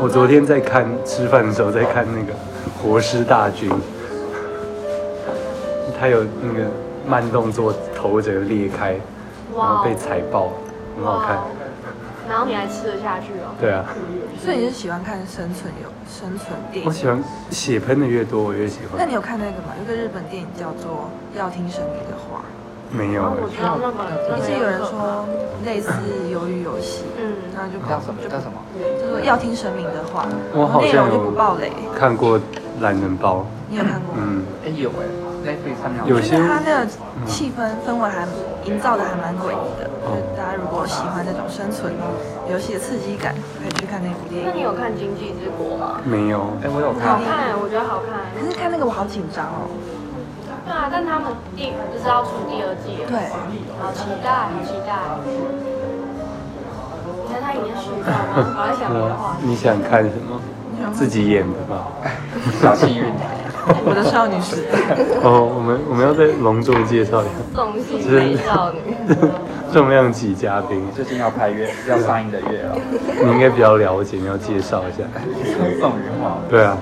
B: 我昨天在看吃饭的时候在看那个《活尸大军》，他有那个慢动作头整个裂开，然后被踩爆，很好看。
G: 哦然后你还吃得下去哦？
B: 对啊，
C: 所以你是喜欢看生存游生存电
B: 我
C: 影？
B: 喜欢血喷的越多，我越喜
C: 那
B: 欢
C: 你。有看那个吗？有个日本电影叫做《要听神明的话
B: 没有
G: 然后我知道那个，
C: 也
G: 那》，个
C: 是有人，说类似鱿鱼游戏，
G: 嗯，
C: 然后就
D: 叫什么？叫什么？
C: 就说要听神明的话，
B: 我好
C: 内
B: 像
C: 容就不爆
B: 有
C: 雷。
B: 看过懒人包，
C: 你有看过吗？
B: 嗯，
D: 哎、有哎、在 Netflix 上面好像
B: 有
C: 就
B: 些嗯
C: 是它那个气氛氛围还营造的还蛮诡异的，
B: 哦
C: 就是大家如果喜欢那种生存游戏的刺激感，可以去看那部电
G: 那你
C: 影。
G: 有看《经济之国》吗？
B: 没有。
D: 哎、我有
G: 好
D: 看，
G: 看，我觉得好看。
C: 可是看那个我好紧张哦。
G: 对啊，但他们第就是要出第二季了，
C: 对，
G: 好期待，好期待。你看他已经续到啊了，我在想别的话题。
B: 呃你想看什么？自己演的吧。
D: 小幸运。
C: 我的少女时代，
B: 哦，我们我们要再隆重介绍一下，
G: 重心美少女，
B: 重量级嘉宾，
D: 最近要拍月，要上映的月了。
B: 你应该比较了解，你要介绍一下。
D: 宋雨化，
B: 对啊，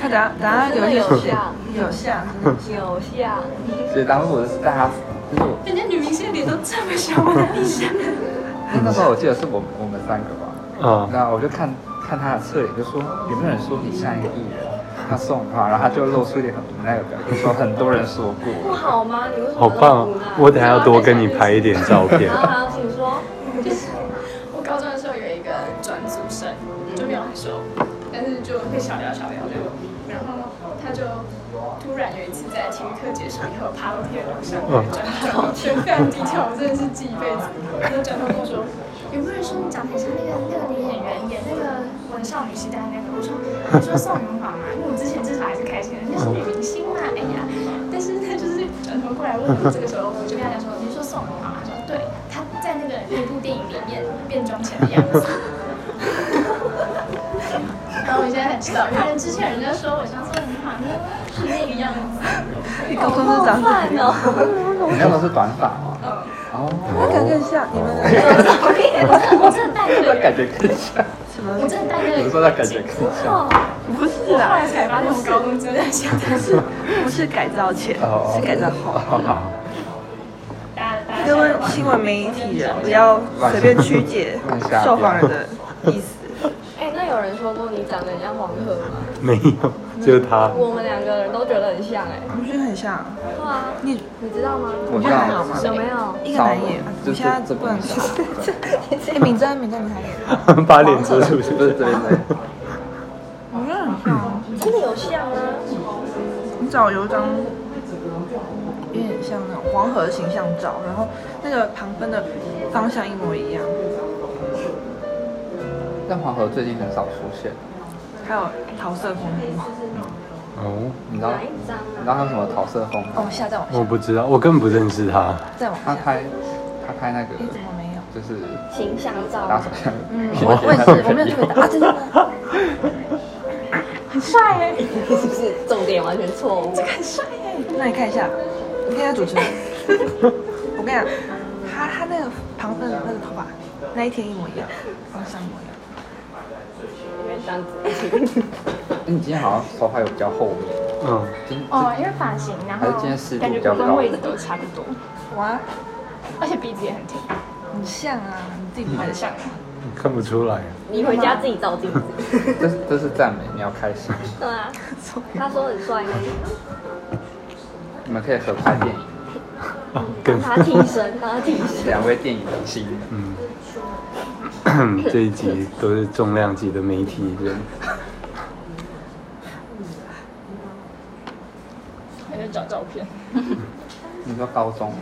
C: 他等下等下有
G: 真的
C: 一
G: 有
C: 些
G: 像，
C: 有像，哦
G: 有啊像。
D: 所以当时我是大家，就是我
F: 人家女明星的脸都这么小，我的理想。
D: 那时候我记得是我们我们三个吧，
B: 啊，
D: 那我就看看他的侧脸，就说有没有人说你像一个艺人？他宋雨化，然后他就露出一脸很无奈的表情，说很多人说
G: 不
D: 过，
G: 好吗？你为什么
B: 好棒
G: 那么无奈啊
B: 哦！我等下要多跟你拍一点照片
G: 然。后还有请说，
F: 就是我高中的时候有一个转组生，就没有很熟，嗯但是就会小聊小聊的。然后他就突然有一次在体育课结束以后，爬楼梯的路上
B: 嗯
F: 转头，就非常低调，我真的是记一辈子。他就转头跟我说：“有没有人说你长得很像那个那个女演员演那个我的少女时代那个？”我说：“我说宋云华嘛，因为我之前至少还是开心的，那是女明星嘛，哎呀。”但是他就是转头过来问我，这个时候我就跟他讲说：“你是说宋云华吗？”他说：“对，他在那个那部电影里面变装前的样子。” 然后我现在才知道，原来之前人家说我像宋云华呢，是那个样子。
C: 你高中是长
G: 饭哦，
D: 你那时候是短发吗？
C: 那
D: 哦，
C: 感觉很像你 们的
F: 我真的我真的戴那
D: 那
F: 个
D: 感觉更像，
C: 什么
F: 我？真的戴那
D: 我
F: 个
D: 是说那感觉更像。
C: 不是
F: 后
C: 啦
F: 来，才发现我高中真的像他是
C: 不是改造前，
D: 哦
C: 是改造后。
D: 好，
F: 大家大
C: 各位
F: 家
C: 新闻 媒体人不要随便曲解受访人的意思。
G: 哎，那有有人说过你长得很像黄鹤吗？
B: 没有，只有他。
G: 我们两个人都觉得很像哎、
C: 我觉得很像，
G: 对啊，
C: 你
G: 你知道吗？
D: 我
C: 觉得还好吗
G: 有没有？
C: 一个男演，
D: 就
C: 你
D: 是
C: 现在
D: 这
C: 不能
D: 边
C: 说。哎，敏真，敏真，你还演？
B: 把脸遮住是
D: 不
B: 不
D: 是
B: 是
D: 这？边的，
C: 我觉得很像，
G: 真的有像啊！
C: 你找有一张有点像那种黄河形象照，然后那个旁分的方向一模一样，
D: 但黄河最近很少出现，
C: 还有桃色风波。
B: 哦，
D: 你知道
G: 哪一张
D: 你
G: 啊？
D: 知道他什么桃色风？
C: 哦，下再往
B: 我
C: 下，
B: 不知道，我根本不认识他。
C: 再往
D: 他
C: 下。
D: 拍他拍那个
C: 你怎么没有？
D: 就是
G: 形象照
D: 打
G: 吗
D: 手？枪，
C: 嗯，我我也是，我没有特别打啊，真的吗。
G: 是不是重点完全错误？
C: 那你看一下，你看一下主持人，我跟你讲，他他那个旁分的那个头发，那一天一模一样，方向一模一样。
G: 这样子。
D: 你今天好像头发有比较厚面，
B: 嗯，
D: 今
F: 哦，因为发型，然
D: 还
F: 后
D: 是今天湿度
F: 感觉
D: 比较
F: 头
D: 高
F: 跟位置都差不多，
C: 哇，
F: 而且鼻子也很挺，
C: 很像啊，你自己不
F: 很
C: 会
F: 像。
B: 看不出来。
G: 你回家自己照镜子。
D: 这是这是赞美，你要开心，
G: 对 啊，他说很帅吗？
D: 你们可以合拍电影，
B: 啊跟
G: 他替身，他替身。
D: 两位电影明星，
B: 嗯， 这一集都是重量级的媒体人。
F: 还在找照片，
D: 你说高中吗？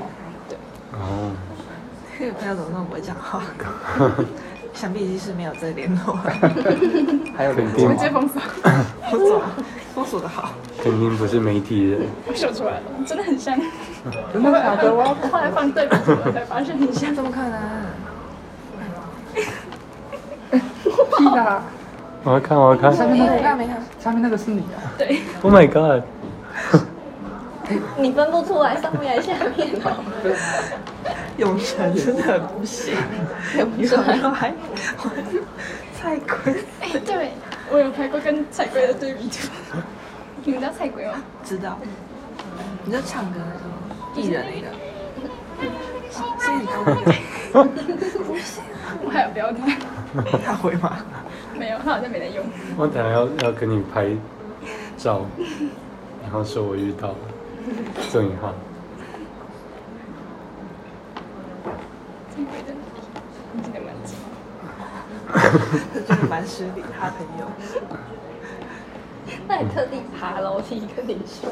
B: 哦，
C: 这个朋友怎么那么不会讲话？想必已经是没有这联络了，
D: 还有
B: 肯
D: 联
B: 定啊
D: 络
B: 吗
D: 吗
F: 直？接封锁，
C: 封锁啊，封锁的好。
B: 肯定不是媒体人。
F: 我秀出来了，真的很像。
D: 真的假的？我要
F: 后来放对比组合才发现很像。
C: 怎么可能？
D: 屁啦！
B: 我要看，我要看。
C: 上面那个没看，
D: 上面那个是你啊？
F: 对，
B: Oh my god！
G: 你分不出来上面还是下面哦。
C: 永成真的很不行，永成还太亏，
F: 哎，对，我有拍过跟菜龟的对比图。 你们知道菜龟吗？
C: 知道？你在唱歌那个艺人那个，是你高
F: 我还有标它，
C: 他回吗？
F: 没有，它好像没在用。
B: 我等下要要跟你拍照，然后说我遇到了，郑宇 浩。
F: 菜龟的，你真的蛮近。
C: 我觉得蛮失礼他朋友。
G: 那你特地爬楼梯跟你说，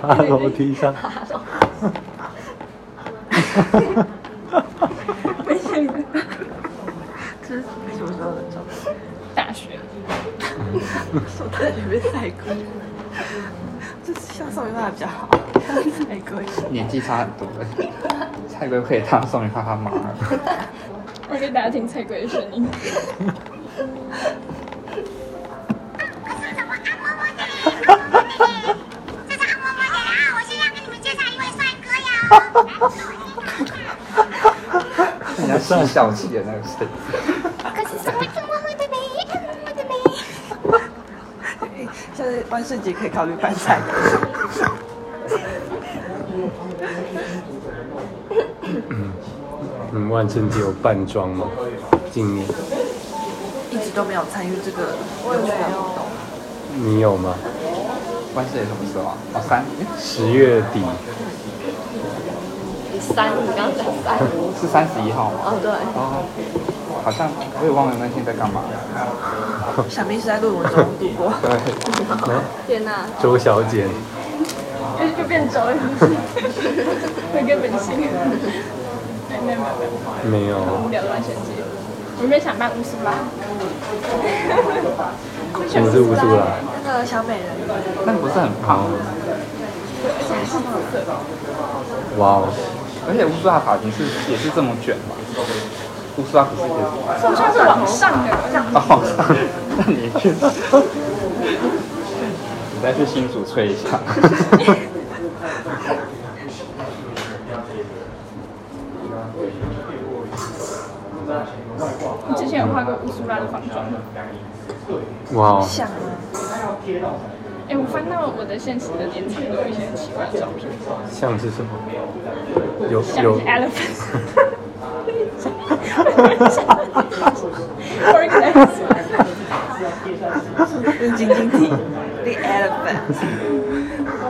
B: 爬楼梯 上，
G: 爬楼
F: 没见过。
C: 这是什么时候的照片？
F: 大学，
C: 是我大学被太亏，就是像宋元发比较好，太亏。
D: 年纪差很多欸， 蔡圭可以当宋雨浩他妈了。
F: 我给大家听菜龟的声音。
D: 人家 是笑气的那个声音，
C: 下次万圣节可以考虑办菜的。
B: 嗯，万圣节有扮装吗？今年
C: 一直都没有参与这个有趣的活动，
B: 你有吗？
D: 万圣节什么时候啊？哦，三
B: 十月底，
G: 三，你刚刚讲三。
D: 是三十一号吗？
G: 哦，对。
D: 哦，好像我也忘了那天在干嘛。
C: 想必是在论文中度过。
D: 对，
G: 天哪、
B: 周小姐，
F: 就就变轴了， 会跟本性。 没有没有没有，
B: 没有
F: 无，聊的万圣节，我们想办乌苏拉。
B: 我是乌苏拉。
C: 那个小美人鱼
D: 那个不是很胖吗？
B: 哇哦，
D: 而且乌苏拉发型是也是这么卷嘛？乌苏拉不是也是
F: 我上是往上的，
D: 哦，那你去， 你再去新竹吹一 下。
F: 你之前有画过乌苏拉的仿妆吗？
B: 哇哦，
C: 像吗？
F: 哎、我翻到我的现实的连载都有一些很奇怪的照片，
B: 像是什么？有
F: 像
B: 有
F: 是 elephant。organize，
C: 就是晶晶体，The Elephant。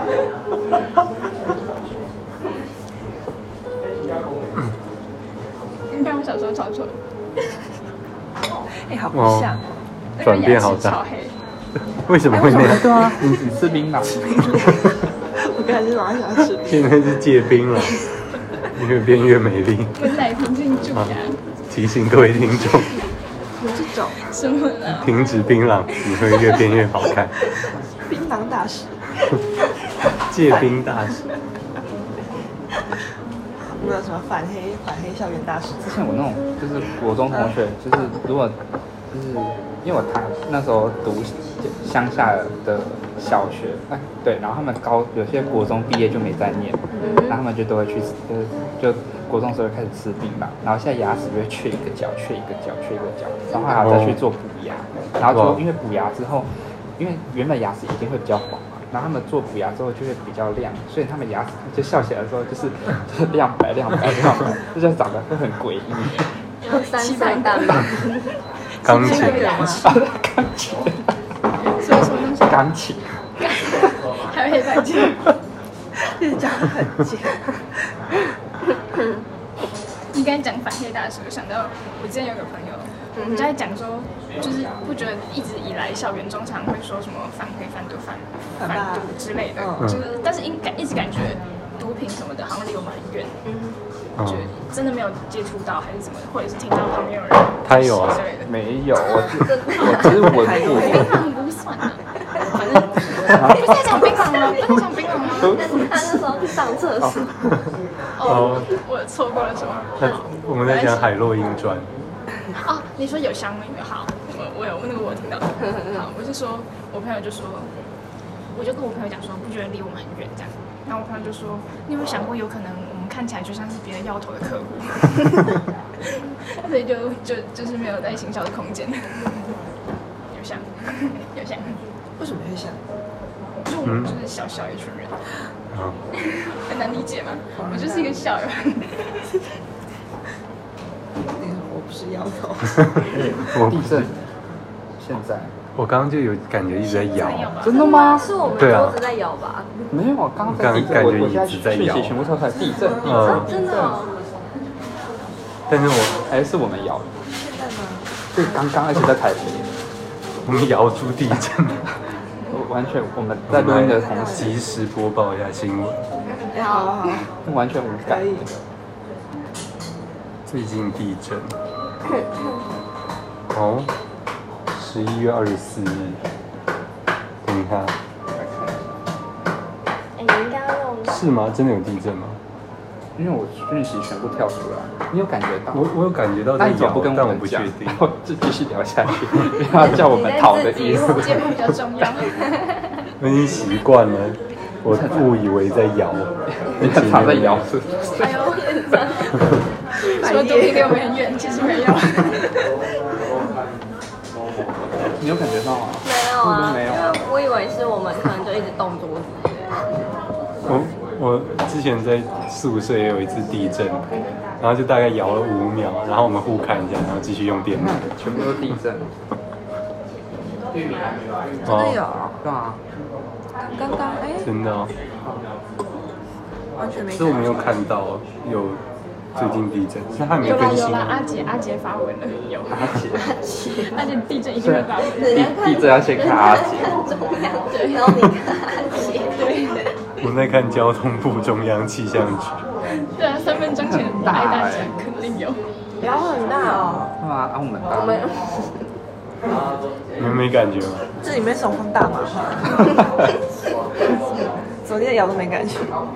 F: 你看我小时候超丑，
C: 哎，好不
B: 哇哦
C: 像。
B: 转变好
F: 那个牙齿超
B: 大，
F: 黑，
B: 为什么会那样？
D: 对啊，你只吃槟榔，
C: 我刚才是马上想吃。
B: 现在是戒冰了，越变越美丽。
F: 我奶瓶进蛀牙，
B: 提醒各位听众，
C: 有这种
F: 什么啦？
B: 停止槟榔，你会越变越好看。
C: 槟榔大师，
B: 戒冰大使，
C: 我们有什么反黑反黑校园大师？
D: 之前我那种就是国中同学，就是如果就是因为我他那时候读乡下的小学，哎对，然后他们高有些国中毕业就没再念，然后他们就都会去就是就国中时候就开始吃槟榔，然后现在牙齿就会缺一个角，缺一个角，缺一个角，然后还要再去做补牙，然后之
B: 哇
D: 后因为补牙之后，因为原本牙齿一定会比较黄嘛，然后他们做补牙之后就会比较亮，所以他们牙齿就笑起来的时候就是就是亮白亮白亮白，就像长得会很诡异。
G: 就三散蛋吧，
B: 钢琴
D: 啊，钢琴，
F: 所以什么东西？
D: 钢琴，
F: 还有黑白键，
C: 就是讲得很尖。
F: 你刚才讲反黑大师，我想到我之前有个朋友，
C: 嗯
F: 我就在讲说，就是不觉得一直以来校园中常会说什么反黑、反毒、反
C: 反
F: 反
C: 霸
F: 毒之类的，
C: 嗯
F: 就是但是应该一直感觉毒品什么的好像离我们很远，就
B: 嗯，
F: 真的没有接触到还是怎么，或者是听到旁边有人
B: 他有啊
F: 之类的，
D: 没有，我只我只是闻过。
F: 槟榔不算 啊，
B: 嗯
F: 反正不是在讲槟榔吗？不是在讲槟 榔吗？
G: 但是他那时候去上厕所，
F: 哦，我错过了什么？
B: 那我们在讲海洛因砖，
F: 哦，你说有香味没有？好，我我有那个我听到。好，我是说，我朋友就说，我就跟我朋友讲说，不觉得离我们很远这样。然后我朋友就说，你有没有想过，有可能我们看起来就像是别的要头的客户， 所以就就就是没有在行销的空间。有想， 有想，
C: 为什么会像？
F: 就我们就是小小一群人，
B: 嗯，
F: 很难理解嘛。我就是一个小 人。
C: 那个我不是摇头。
B: 我
D: 地震，现在
B: 我刚刚就有感觉一直在摇，
F: 有吧？
D: 真的吗？
G: 是我们
B: 对啊
G: 桌子在摇吧？
D: 没有，刚刚在地震
B: 感
D: 我
B: 感觉
D: 我现在
B: 椅子在
D: 讯
B: 摇
D: 息全部都出来地震，地
B: 嗯
D: 震，
G: 真的哦，
B: 但是我
D: 哎，是我们摇的。现在吗？对，刚刚而且在台北，
B: 我们摇出地 震，
D: 我完全我们在录音的 同时
B: 及时播报一下新闻。
C: 哎，好好好，
D: 完全无感
C: 可。以。
B: 最近地震， 哦，十一月二十四日，等一下，
G: 哎，你应该要用
B: 是吗？真的有地震吗？
D: 因为我讯息全部跳出来，你有感觉到？
B: 我我有感觉到
D: 啊那
B: 在
D: 你怎么
B: 摇
D: 不跟，
B: 但我
D: 我们
B: 不确
D: 讲？
B: 定
D: 然。后 就继续聊下去，不要叫我们逃的意思。
F: 节目比较重要。
B: 我已经习惯了，我误以为在摇，
D: 你很常在摇，是
F: 哎呦，说毒品离我们很远，其实没有。
D: 你有感觉到吗？
G: 没有啊，
D: 没有
G: 因为我以为是我们可能就一直动桌子，
B: 我我之前在宿舍也有一次地震，然后就大概摇了五秒，然后我们互看一下，然后继续用电脑。
D: 全部都地震。嗯
G: 哎
C: 真的
B: 哦，
C: 有，
D: 对啊，
C: 刚刚哎，
B: 真的哦，
C: 完全没
B: 所以我
C: 感
B: 没有
C: 觉。
B: 看到有最近地震，是还没
F: 有啦
B: 更
F: 有
B: 新
F: 啦，。
G: 啊
F: 阿杰阿杰发文了，有。
D: 阿 姐，
F: 阿杰地震一定
D: 对
F: 会发文。
D: 地地震要先看阿姐。
G: 对，然后你看他写，对，
B: 我在看交通部中央气象局，
F: 对啊，三分钟前爱大家肯定有。
C: 摇很大哦，
D: 对啊，啊我们
G: 我
D: 大
G: 们
D: 陆。
B: 你们没感觉吗？
C: 这里面什么风大吗？ 昨天摇都没感觉。好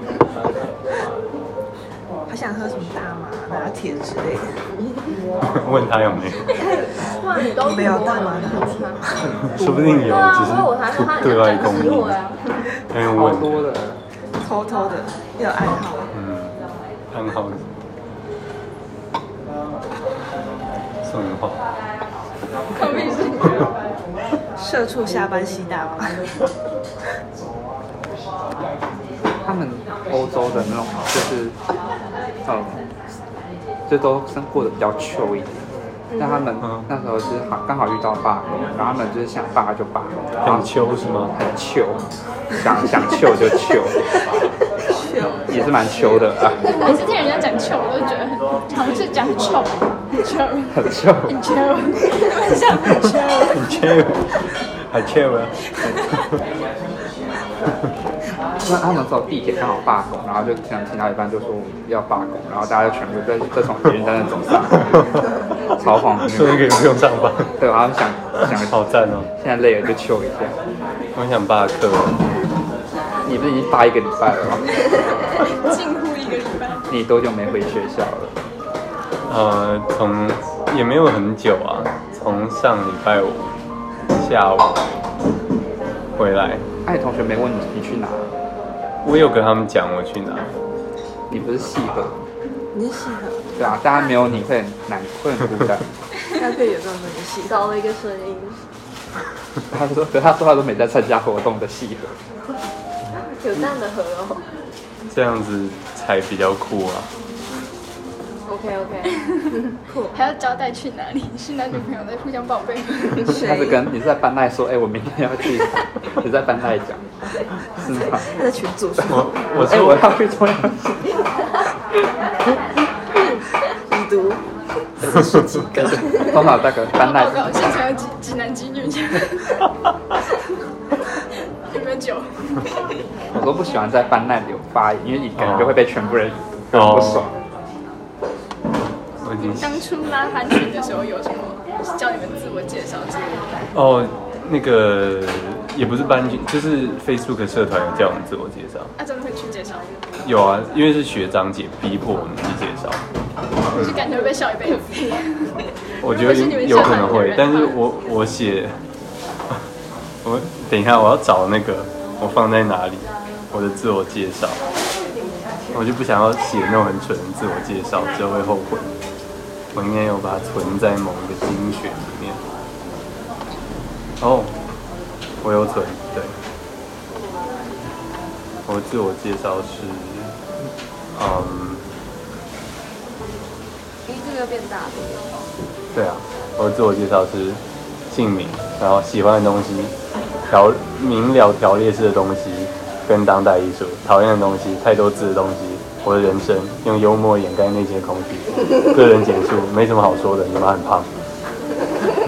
C: 想喝什么大麻、拿铁之类的。
B: 问他有没有，
G: 哇，你都
C: 没有大麻拿铁。
B: 说不定有，
G: 对啊，
B: 只
G: 所以我才说他
B: 是
G: 很
B: 对
G: 像
B: 外
G: 讲
B: 公
G: 实
B: 布
G: 我。啊，
B: 没有
D: 好
B: 问
D: 多的，
C: 偷偷的，要有爱好。
B: 嗯，很好。送你话，
F: 关闭是
C: 社畜下班吸大麻，
D: 他们欧洲的那种呃就是，嗯，就都生活的比较秋一点，但他们
B: 嗯
D: 那时候是好刚好遇到罢工，然后他们就是想罢就罢，然后
B: 很秋是吗？
D: 很糗，想想糗就糗，也是蛮糗的啊，
F: 每次听人家讲臭，我就觉得很好像是讲臭，臭，
D: 很糗，
F: 臭，很像臭。
B: 很秋，很秋啊！
D: 那他们走地铁刚好罢工，然后就想听到一半就说我们要罢工，然后大家就全部在在从捷运站那走上 来，超荒谬。
B: 所以可以不用上班，
D: 对，然后想想
B: 好赞哦！
D: 现在累了就糗一下。
B: 我想罢课哦了，
D: 你不是已经罢一个礼拜了吗？
F: 近乎一个礼拜，
D: 你多久没回学校了？
B: 呃，从也没有很久啊，从上礼拜五下午回来，
D: 哎，同学没问你你去哪？
B: 我有跟他们讲我去哪，
D: 你不是系的，
C: 你是喜欢，
D: 对啊，大家没有你会很难，会很孤单。
C: 搭配也算是喜
G: 找了一个声音，
D: 他说，可是他说他都没在参加活动的系合，
G: 有蛋的盒哦。
B: 这样子才比较酷啊。
G: OK OK，
F: 还要交代去哪里，是男女朋友在互相报备。
D: 他是跟你是在班内说，哎、我明天要去，你在班内 讲，是吗？
C: 他的群主说
B: 我我
D: 哎、
B: 是
D: 我要去中央系，
C: 已读，
D: 通常那个班
F: 报
D: 内
F: 告，现场有几几男几女这样。有没有酒？
D: 我都不喜欢在班内留发言，因为你感觉就会被全部人很
B: 哦
D: 不爽。
B: 我已经
F: 当初拉班群的时候有什么叫你们自我介绍之类的？
B: 哦，那个也不是班级，就是 Facebook 社团有叫我们自我介绍，
F: 啊，真的会去介绍，
B: 有啊，因为是学长姐逼迫我们去介绍，
F: 就是感觉会被笑一辈子。
B: 我觉得
F: 如果是你们
B: 有可能会
F: 社团的人，
B: 但是我我写，我等一下我要找那个我放在哪里，我的自我介绍，我就不想要写那种很蠢的自我介绍，之后会后悔。我应该有把它存在某一个精选里面。哦，我有存，对。我自我介绍是，嗯，
G: 咦，这个变大了。
B: 对啊，我的自我介绍是姓名，然后喜欢的东西，条明了条列式的东西，跟当代艺术，讨厌的东西，太多字的东西，我的人生用幽默掩盖内心的空 虚，个人简述，没什么好说的，你们很胖，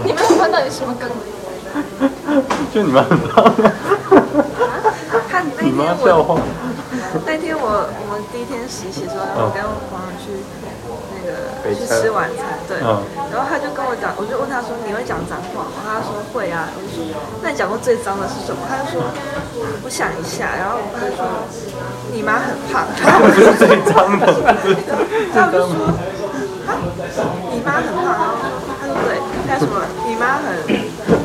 F: 你们喜欢到底什么梗？
B: 就你们很胖，
C: 他啊那
B: 你
C: 天
B: 妈笑
C: 我
B: 话，
C: 那天我我们第一天实习的时候，
B: 嗯
C: 然后我跟黄蓉去那个
D: 北
C: 去
D: 车
C: 吃晚餐，对，
B: 嗯
C: 然后他就跟我讲，我就问他说你会讲脏话吗？他说会啊，我就说那你讲过最脏的是什么？他就说我想一下，然后他就说你妈很胖，然后我
B: 不
C: 就是
B: 最脏的，
C: 他就说啊你妈很胖，然后他说对，他说你妈很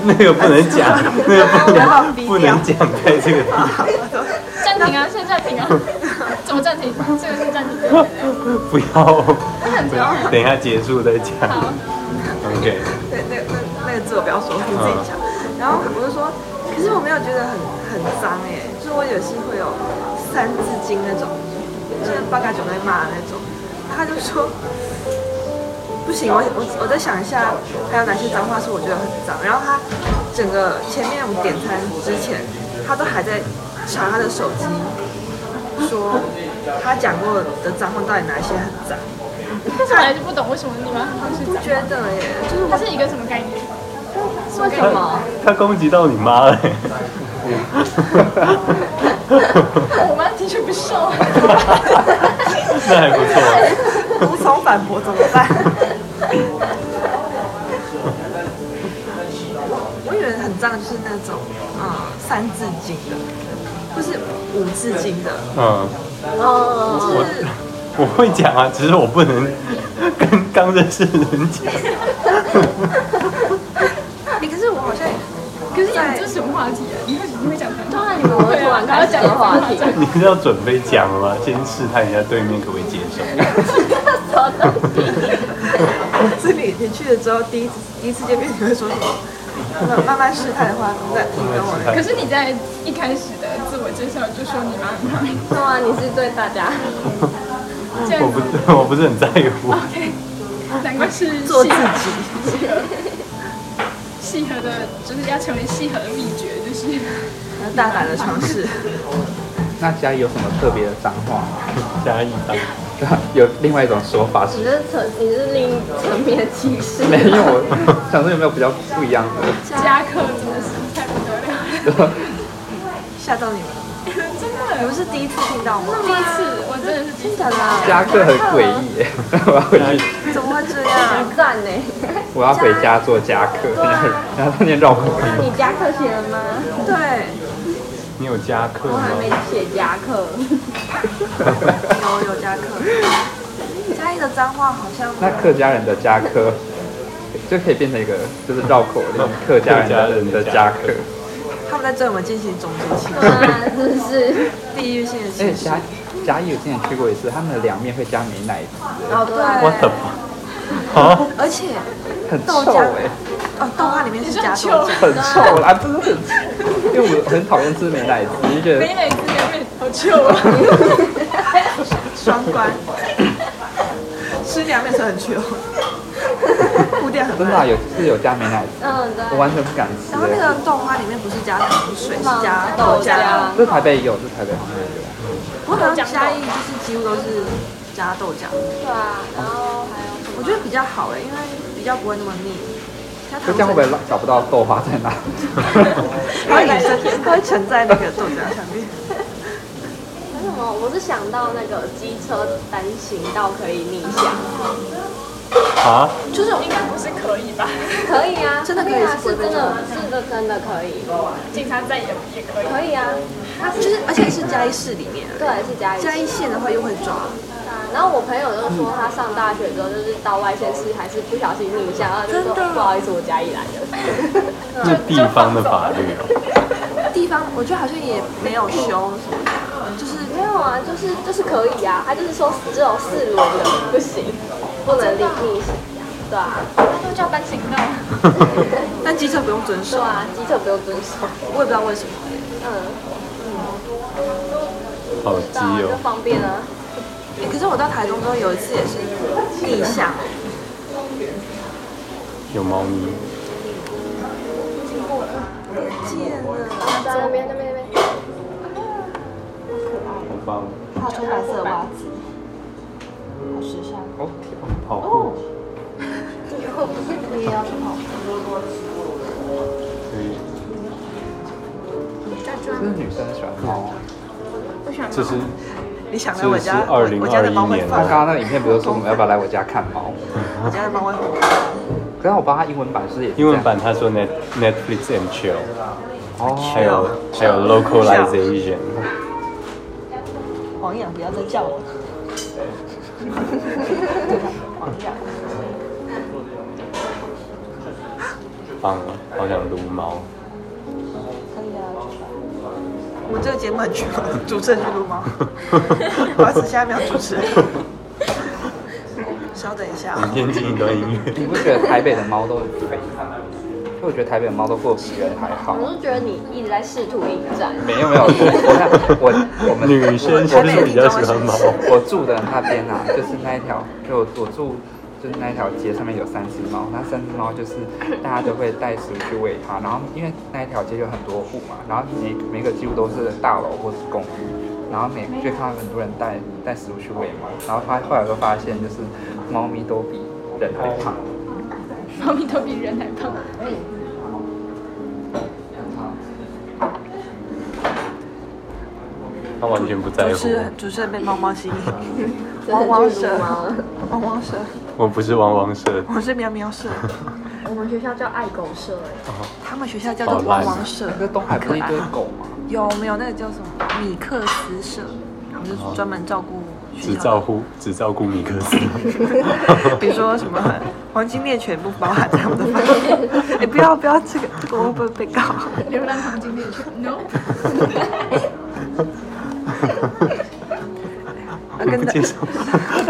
B: 那个不能讲，那个不
C: 我要
B: 能
C: 逼掉
B: 不能讲在这个地方，
F: 暂停啊，现在暂停啊！怎么暂停？这个是暂停的。
B: 不要，等一下结束再讲
F: 好
B: ，OK，
C: 那那那那个字我不要说，你自己讲。然后我就说，可是我没有觉得很很脏哎、就是我以为是会有三字经那种，就是八嘎囧在骂的那种。他就说，不行，我我我再想一下，还有哪些脏话是我觉得很脏。然后他整个前面我们点餐之前，他都还在查他的手机，说他讲过的脏话到底哪一些很脏。
F: 但是我还是不懂为什么你们会是
C: 不觉得耶，就是
F: 它是一个什么概念？
G: 为什么？
B: 他攻击到你妈 了、欸。
F: 我妈的确不瘦。
B: 那还不错，啊
C: 无从反驳怎么办？我以为很脏的就是那种啊、嗯、三字经的，或是五字经的，
B: 嗯，
G: 哦，
C: 就是
B: 我会讲啊，只是我不能跟刚认识的人讲。
C: 哎、可是我好像
F: 可是你们这是什么话题啊？你会你会讲
G: 突然你们会啊突然开始讲话题，
B: 你是要准备讲了吗？先试探一下对面可不可以接受。
C: 是你你去了之后第一次第一次见面你会说什么？那慢慢试探的话，那你跟我
F: 可是你在一开始的自我介绍就说你妈很胖，
G: 对啊，你是对大家
F: 这样
B: 我不，我不是很在乎。
F: OK。难怪是
C: 做
F: 系
C: 自 己。
F: 系合的，就是要成为系合的秘诀，就是
C: 大胆的尝试，
D: 那嘉义有什么特别的脏话吗？
B: 加一张，
D: 有另外一种说法是
G: 你，是层，你是另一层面歧视。
D: 没有，我想说有没有比较不一样的？
F: 加课真的是太不得了。
G: 啊
C: 吓到你们了。 真的，你们是第一次听到吗？
F: 第一次，我真的是第一次。
D: 加课很诡异耶，我
G: 啊
D: 要回去，
C: 怎么会这 样？
G: 很赞呢。
D: 我要回家做加课，然后他念绕口令，
G: 你加课写了吗？
C: 对，
B: 你有加课
G: 我
B: 吗
G: 还？ 没写加课。
C: 有有加课。嘉义的脏话好像
D: 那客家人的加课就可以变成一个就是绕口令，哦客家人的加课。
C: 他们在对我们进行种族歧
G: 对啊，是不是？
C: 视、地域性的
D: 而且
C: 歧视。
D: 哎嘉嘉义我之前去过一次，他们的凉面会加美奶滋，
G: 哦，对。
B: 我怎么？啊？
C: 而且，
D: 很
C: 豆
D: 臭
C: 浆
D: 哎、
C: 哦，动画里面是加豆浆，
D: 很臭啦，真的很臭。因为我很讨厌吃美奶滋，就觉得
F: 美美滋美美，好糗啊！
C: 双关。吃凉面时候很缺步调很
D: 真的啊、
C: 慢。
D: 有是有加美奶滋，
G: 嗯，
D: 我
G: 对。
D: 完全不敢吃、
C: 然后那
D: 欸。
C: 个动画里面不是加糖水，是加豆
G: 豆
C: 浆
G: 浆。
D: 这台北有，这台北好像有。
C: 我好像嘉义就是几乎都是加豆浆，
G: 对啊，然后还有什
C: 我
G: 么？
C: 觉得比较好哎、因为比较不会那么腻。加
D: 可
C: 糖
D: 这样会不
C: 水
D: 会找不到豆花在哪？
C: 它会隐身，它会沉在那个豆浆上面。
G: 还有什么？我是想到那个机车单行道可以逆向，
B: 啊？
F: 就是应该不是可以吧？
G: 可以啊，
C: 真的可以
G: 啊，
C: 是
G: 是
C: 不会被
G: 真
C: 抓
G: 的，是的，真的可以，
F: 警察在也也可以。
G: 可以啊。它
C: 就是是而且是嘉义市里面啊，
G: 对，是加一。
C: 嘉义县的话又会抓，
G: 然后我 朋友就说，他上大学之后就是到外县市，还是不小心逆向，然后就说不好意思，我嘉义来的。
B: 那地方的法律哦，
C: 地方我觉得好像也没有修什么的，就是
G: 没有啊，就是就是可以啊，他就是说只有四轮的不行，不能逆逆行啊，对啊，
F: 那就叫单行道。
C: 但机车不用遵
G: 对
C: 守，
G: 啊，机车不用遵守，
C: 我也不知道为什么。
G: 嗯，
B: 好
G: 对啊，
B: 基
G: 就
B: 哦。
G: 方便啊。
C: 欸可是我到台中之后有一次也是逆向，
B: 有猫咪，
C: 天哪，
G: 在那边那边那边，
B: 好棒，
C: 他穿白色的袜子，好时尚。
D: 哦，
B: 跑 酷。
C: 你也要去跑？
B: 所以
D: 这是女生喜欢猫。
B: 这是
C: 你想来我家？
B: 这是
C: 我家的猫会
B: 2021年
D: 那
C: 放，
D: 刚刚那个影片不是说我们要不要来我家看猫？
C: 我家的猫会放。
D: 可是我帮他英文版是不是也是这
B: 英
D: 样
B: 文版，他说 Net Netflix and chill，还
C: 哎
D: 哦，
B: 有还有 localization，
C: 黄养，不要再叫我。
B: 棒啊，好想撸 猫。
C: 我们这个节目很缺乏主持人去录 吗？我要私下秒主持人。稍等一下
B: 我们
C: 啊，
B: 先听一段音乐。
D: 你不觉得台北的猫都很肥？因为我觉得台北的猫都过比人还好
G: 我。就觉得你一直在试图迎战，
D: 没有没有，我我我我们
B: 女生是不是比较喜欢猫？
D: 我住的那边啊，就是那一条，就我我住就是那一条街上面有三只猫，那三只猫就是大家都会带食物去喂它，然后因为那一条街有很多户嘛，然后每每个几乎都是大楼或是公寓，然后每就看到很多人带带食物去喂猫，然后发后来都发现就是猫咪都比人还胖，
B: 哦
F: 猫咪都比人还胖。
B: 他完全不在
C: 主
B: 乎
C: 持。人主持人被猫猫吸引，
G: 真的巨鹿吗？
C: 汪汪蛇，
B: 我不是汪汪社，
C: 我是喵喵蛇，
G: 我们学校叫爱狗社，哎，
B: 哦
C: 他们学校叫做汪汪蛇
D: 那。个东海不是一堆狗吗？
C: 有没有那个叫什么米克斯社？然后就是专门照顾
B: 哦只
C: 学
B: 照
C: 校，
B: 顾只照顾米克斯。
C: 比如说什么黄金猎犬不包含在我的 范围。你不要不要这个，这个我会不会被告？
F: 流浪黄金猎犬，no。
C: 要跟
B: 介绍，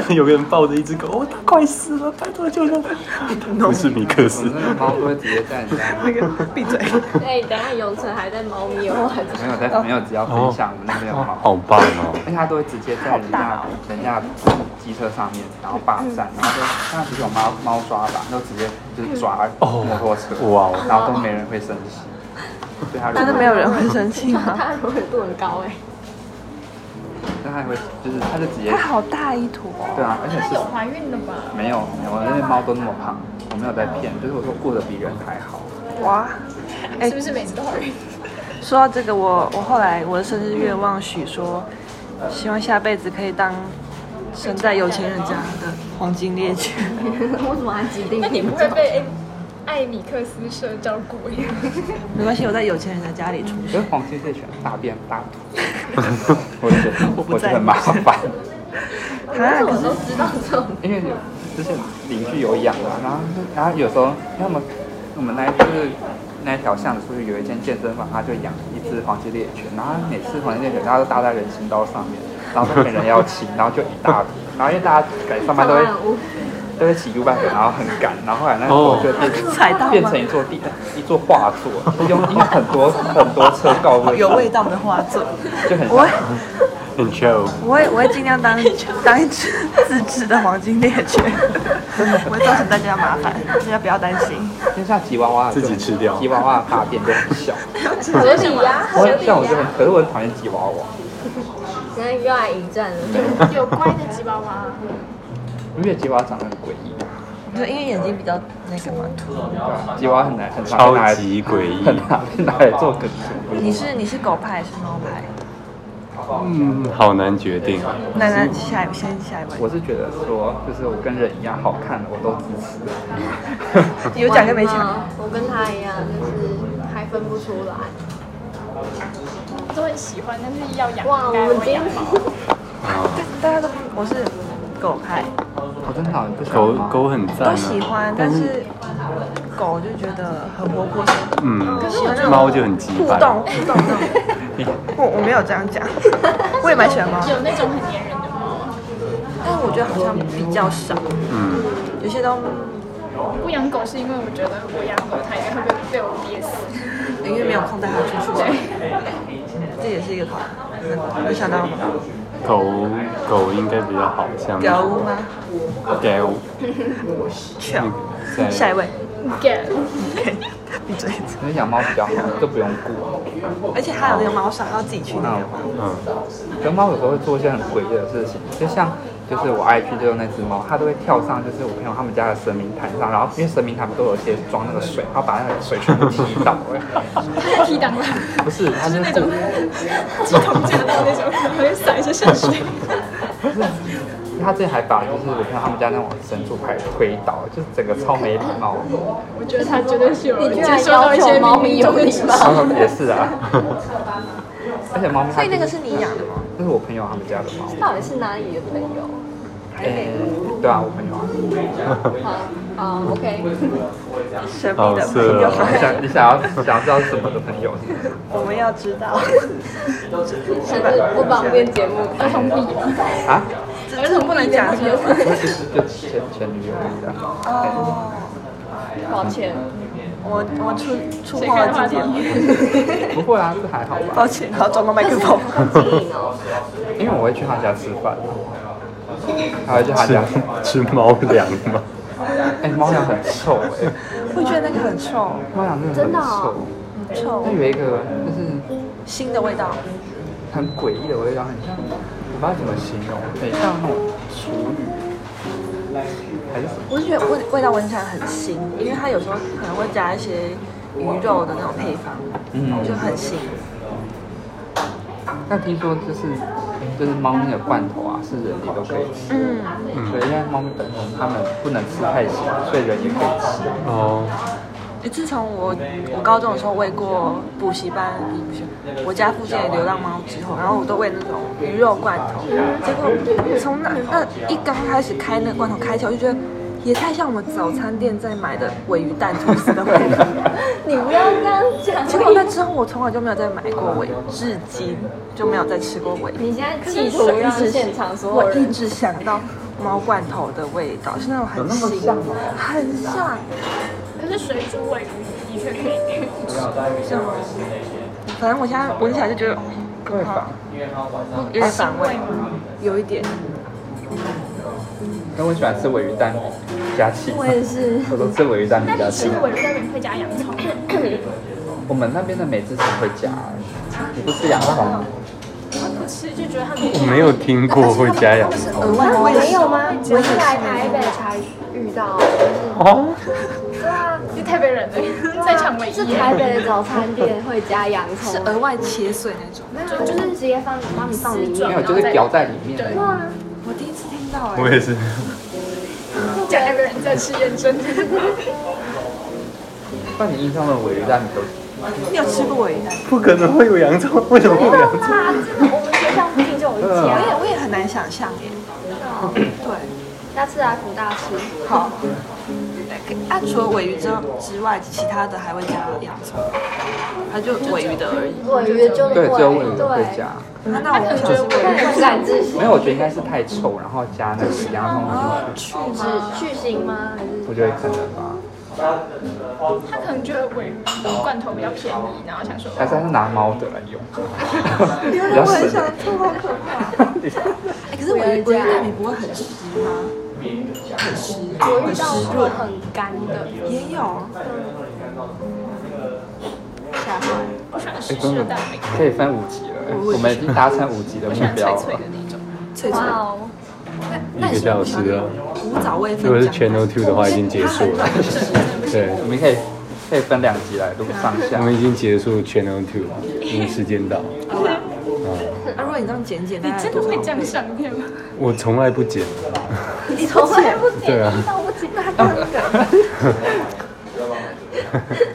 B: 有个人抱着一只狗，哦，它快死了，拜托救救它！不是米克
D: 我
B: 斯
D: 真，的猫都会直接在你家，
C: 那个闭嘴。
G: 哎，等一下永成还在猫咪，我还不
D: 没有在没有只要分享，我们那边有
B: 哦
D: 猫，
B: 好棒哦！
D: 而且它都会直接在人
C: 哦
D: 家人家机车上面，然后霸占，
C: 嗯
D: 然后就那不是有猫猫抓吧，都直接就是抓
B: 哦
D: 摩托车，
B: 哇哦
D: 然后都没人会生气，对它如果
C: 但是没有人会生气吗？
G: 它容忍度很高哎。
D: 但它会就是它就直接
C: 它好大一坨哦，
D: 对啊，而且
F: 那
D: 是
F: 有怀孕的吧？
D: 没有没有，我那猫都那么胖，我没有在骗，就是我说过得比人还好。
C: 哇！哎
F: 是不是每次都怀孕？
C: 说到这个，我我后来我的生日愿望许说，希望下辈子可以当生在有钱人家的黄金猎犬。
G: 为什么还指定
F: 那你不会被艾米克斯社照顾耶？
C: 没关系，我在有钱人的家里 出
D: 可
C: 生
D: 是。黄金猎犬大便大吐，我觉得
C: 我不
D: 觉得
C: 在
D: 很
C: 意
D: 麻烦，
C: 啊，可是
G: 知道这种
D: 因为就是邻居有养啊，然后就然后有时候因为我们我们那一就是那一条巷子出去有一间健身房，他就养一只黄金猎犬，然后每次黄金猎犬它都搭在人行道上面，然后都没人要亲，然后就一大坨，然后因为大家赶上班都会
G: 障碍物，
D: 都会骑 U 拜粉，然后很赶，然后后来那个狗就变成
C: 踩到吗
D: 变成一座地一座画作，就用因为很多很多车告位，
C: 哦有味道的画作。
D: 就很
C: 我
D: 像
C: 会，
B: 很 chill，
C: 我会，我会尽量当当一只自制的黄金猎 犬，我会造成大家麻烦，大家不要担心。
D: 就像吉娃娃
B: 自己吃掉
D: 吉娃娃的大便就很 小。
G: 合理呀，
D: 我
G: 合理
D: 像我就
G: 呀。
D: 很，可是我很讨厌吉娃娃，
G: 啊现在又来迎战了，
F: 有乖的吉娃娃，
D: 因为吉娃娃长得很诡异，
C: 就因为眼睛比较那个嘛凸。
D: 对吧？吉娃娃很难很常被拿
B: 超
D: 来
B: 级诡异。
D: 很难被拿来做梗图。
C: 你是你是狗派还是猫派？
B: 嗯，好难决定。
C: 奶奶下一先下一位，
D: 我是觉得说，就是我跟人一样好看，我都支持。
C: 有讲跟没
G: 完
C: 讲。
G: 了我跟他一样，就是还分不出来。
F: 都很喜欢，但是要养
G: 哇，我
F: 应该
G: 们
F: 会
G: 今
F: 养
G: 天
F: 猫。
C: 对，大家都我是狗派，
D: 我真的好像不喜欢
B: 狗
D: 猫
B: 狗很赞、啊，
C: 都喜欢，但是狗就觉得很活泼生动。
B: 嗯，
C: 喜欢那种
B: 猫就很鸡
C: 互
B: 掰。
C: 动互动那种。我我没有这样 讲，我也蛮喜欢猫，
F: 有那种很粘人的猫，
C: 但是我觉得好像比较少，
B: 嗯，
C: 有些都嗯
F: 我不养狗是因为我觉得我养狗它应该会被被我憋死。
C: 因为没有空带它出去玩，这也是一个考虑。有想到吗？
B: 狗狗应该比较好相处。
C: 狗屋
D: 嗯
C: 吗？
B: 狗，
C: 犬。
D: 对
C: 啊下一位，
F: 狗，
C: 闭嘴。
D: 因为养猫比较好，都不用
B: 哦
D: 顾。
C: 而且它有那个猫砂，它要自己去拿。
D: 那我
B: 嗯，
D: 跟猫有时候会做一些很诡异的事情，就像就是我爱去遛那只猫，它都会跳上就是我朋友他们家的神明坛上，然后因为神明坛不都有一些装那个水，它把那个水全部踢 倒、哎
F: 踢裆了，
D: 不是，它是
F: 那种鸡同架到那种，还会洒一些圣水。
D: 它之前还把就是我朋友他们家那种神主牌推倒，就是整个超没礼 貌。
F: 我觉得它绝对是有
G: 你居
F: 接
G: 然
F: 收到
G: 要
F: 一些
G: 求猫
F: 冥
G: 咪
F: 冥
G: 有
F: 中的
G: 礼
F: 指
G: 貌
F: 示。
D: 然后也是啊，而且猫咪它
C: 所以那个是你养的吗？
D: 那是我朋友他们家的猫，
G: 到底是哪里的朋友？
D: 哎、对啊，我朋友啊。
G: 好，好，OK。啊
D: 哦
C: 神秘
B: 好
C: 的朋
B: 色
C: 友，
D: 你
B: 哦。
D: 想你想要想要知道是什么的朋友？
C: 我们要知道。
G: 但是不方便节目，儿童不宜
D: 啊？
C: 这这种不能讲是 不是
D: 我就是就前前女友的。
C: 哦，
G: 抱歉，
C: 我我触触碰了自己的，
D: 不会啊，这还好吧？
C: 抱歉，然后撞到麦克 风。
G: 经营哦。
D: 因为我会去他家吃饭，啊还会去他家。
B: 吃吃猫粮吗？
D: 哎、猫粮很臭哎、
C: 会觉得那个很臭，
D: 猫粮真的很
C: 哦
D: 臭。
C: 很臭
D: 它，有一个就是
C: 腥的味道。
D: 很诡异的味道，很像我不知道怎么形容，很像那种厨余还是什么。
C: 我是觉得味味道闻起来很腥，因为它有时候可能会加一些鱼肉的那种配方，
D: 嗯
C: 就很腥。
D: 那听说就是就是猫咪的罐头啊，是人也都可以吃。
C: 嗯，
D: 对，因为猫咪本身它们不能吃太咸，所以人也可以吃。
B: 哦，
C: 自从我我高中的时候喂过补习班，不是我家附近的流浪猫之后，然后我都喂那种鱼肉罐头，结果从那那一刚开始开那个罐头开起来，我就觉得也太像我们早餐店在买的尾鱼蛋吐司的味道。
G: 你不要这样 讲。
C: 结果那之后我从来就没有再买过尾，至今就没有再吃过尾。
G: 你现在企图让现场所有
C: 我一
G: 人，
C: 直想到猫罐头的味道，是那种很腥，很像。
F: 可是水煮尾鱼的确可以
C: 是吗？反正我现在闻起来就觉得
D: 会吧？
C: 有点反胃，有一点。
D: 但我喜欢吃尾鱼蛋加气，
G: 我也是。
D: 我都吃尾鱼蛋
F: 那
D: 比较
F: 你吃
D: 气。
F: 的尾鱼那边会加洋 葱？
D: 我们那边的每次只会加，你不吃洋葱，
F: 我不吃就觉得它没
B: 我没有听过会加洋
C: 额
B: 葱
C: 外
G: 那
C: 我
G: 我
C: 也
G: 没
C: 是
G: 有吗？我是来台北才遇到，就是
B: 哦，
G: 对啊，
F: 你台北人的， 在抢尾鱼
G: 是，台北的早餐店会加洋葱，
C: 是额外切碎那种。
G: 没有，就是直接放帮你放里
F: 丝状
D: 没
G: 面。
D: 有就是裱在里面而已。
G: 对啊，
C: 我第一次听到哎、
B: 我也是，
F: 讲台北人在吃认真。
D: 那你印象中的尾鱼蛋你都
C: 你有吃过尾鱼蛋？
B: 不可能会有洋葱，为什么会有洋葱？
G: 啊，真的，我们学校附近就有一
C: 我
G: 家。
C: 也我也很难想象哎、对，
G: 下次
C: 啊
G: 来福大吃。
C: 好。啊，除了尾鱼之之外，其他的还会加洋葱，它就尾鱼的而已。
G: 我鱼就是
D: 对，只有尾鱼会
G: 对，
D: 加。
C: 啊、那我不想吃尾
G: 但
C: 鱼，
G: 是不敢置信
D: 没，有，我觉得应该是太臭，然后加那个洋
C: 哦
D: 葱进去，
G: 只去腥吗？还是
D: 我觉得可能吧。
F: 他可能觉得尾鱼罐头比较便宜，然后想说哦
D: 还哎是他是拿猫的来用，比
C: 因为
D: 较
C: 我很
D: 省
C: 想。吐，啊好可怕。哎、可是尾鱼尾鱼蛋你不会很湿吗？很湿，
G: 我
C: 很
G: 遇到
C: 湿
G: 过
C: 润。
G: 很干的，
C: 也有，吓坏。
F: 不想
D: 哎
F: 吃，
D: 真
F: 吃
D: 的
F: 的蛋饼，
D: 可以分五级了，我们已经达成五级的
F: 我
D: 目
F: 喜欢脆
D: 标
F: 脆
D: 了
F: 的。那种。
C: 脆脆
G: 哇
C: 的。
G: 哦，
C: 那
B: 一个
C: 你喜
B: 小
C: 不喜
B: 时
C: 欢那
B: 啊
C: 种，古早味
B: 如果
C: 分
B: 是
C: 酱
B: Channel Two 的话，已经结束了。 对，
D: 我们可以可以分两级来录上
B: 我
D: 下。
B: 们已经结束 Channel Two，因为时间到。
C: 啊，如果你这样简简单
F: 你
C: 单，
F: 真的会这样上片吗？
B: 我从来不剪，
C: 你从来不
B: 对啊，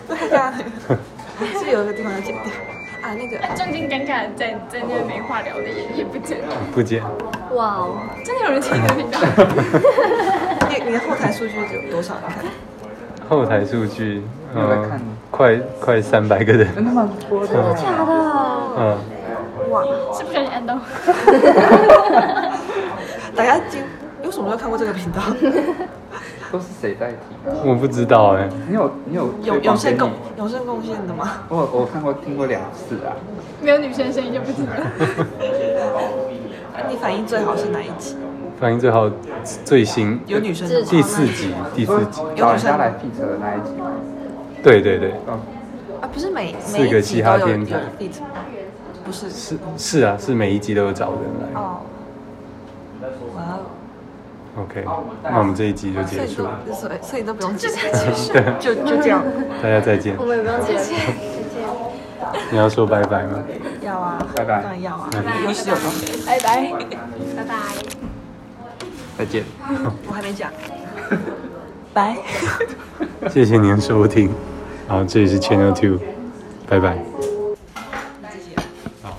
C: 大家啊是有一个地方要剪掉啊，那个
F: 正经尴尬地在在那边没话聊的也也不见了，
B: 不 剪。
G: 哇哦，
F: 真的有人听得频道。
C: 你你的后台数据有多少人看？
B: 后台数据，
D: 你有在看
B: 嗯，快快三百个人，
D: 真的吗？多的。
G: 假的，
B: 嗯，
F: 是不小心按到，
C: 大家今有什么时候看过这个频道？
D: 都是谁在听啊？
B: 我不知道哎、
D: 你有你有
C: 有
D: 推
C: 有
D: 广给
C: 声
D: 你
C: 贡有声贡献的吗？
D: 我我看过听过两次啊，
F: 没有女生的声音就不知道。
C: 你反应最好是哪一集？
B: 反应最好最新呃
C: 有女生的
G: 自
C: 吗
B: 第四集，第四集，
D: 找人家来 fit 的那一集吗？
B: 对对对，
D: 嗯，
C: 啊，不是每
B: 四个
C: 每一集
B: 嘻
C: 都
B: 哈
C: 有有
B: 电台
C: beat，不是
B: 是是啊，是每一集都有找人来。
C: 哦。哇哦，
B: OK，那我们这一集就
C: 所
B: 结
C: 以
B: 束，
C: 都所以所以都不用剪，
B: 对，
C: 就就这样。
B: 大家再见
G: 我。们有没有解释？
B: 你要说拜拜吗？
C: 要啊，
D: 拜拜
C: 当然要啊
B: 拜拜，
C: 有始有终。
G: 拜拜，拜拜，
D: 再见。
C: 我还没讲，拜。
B: 谢谢您的收听，好，这里是 Channel Two，拜拜。好，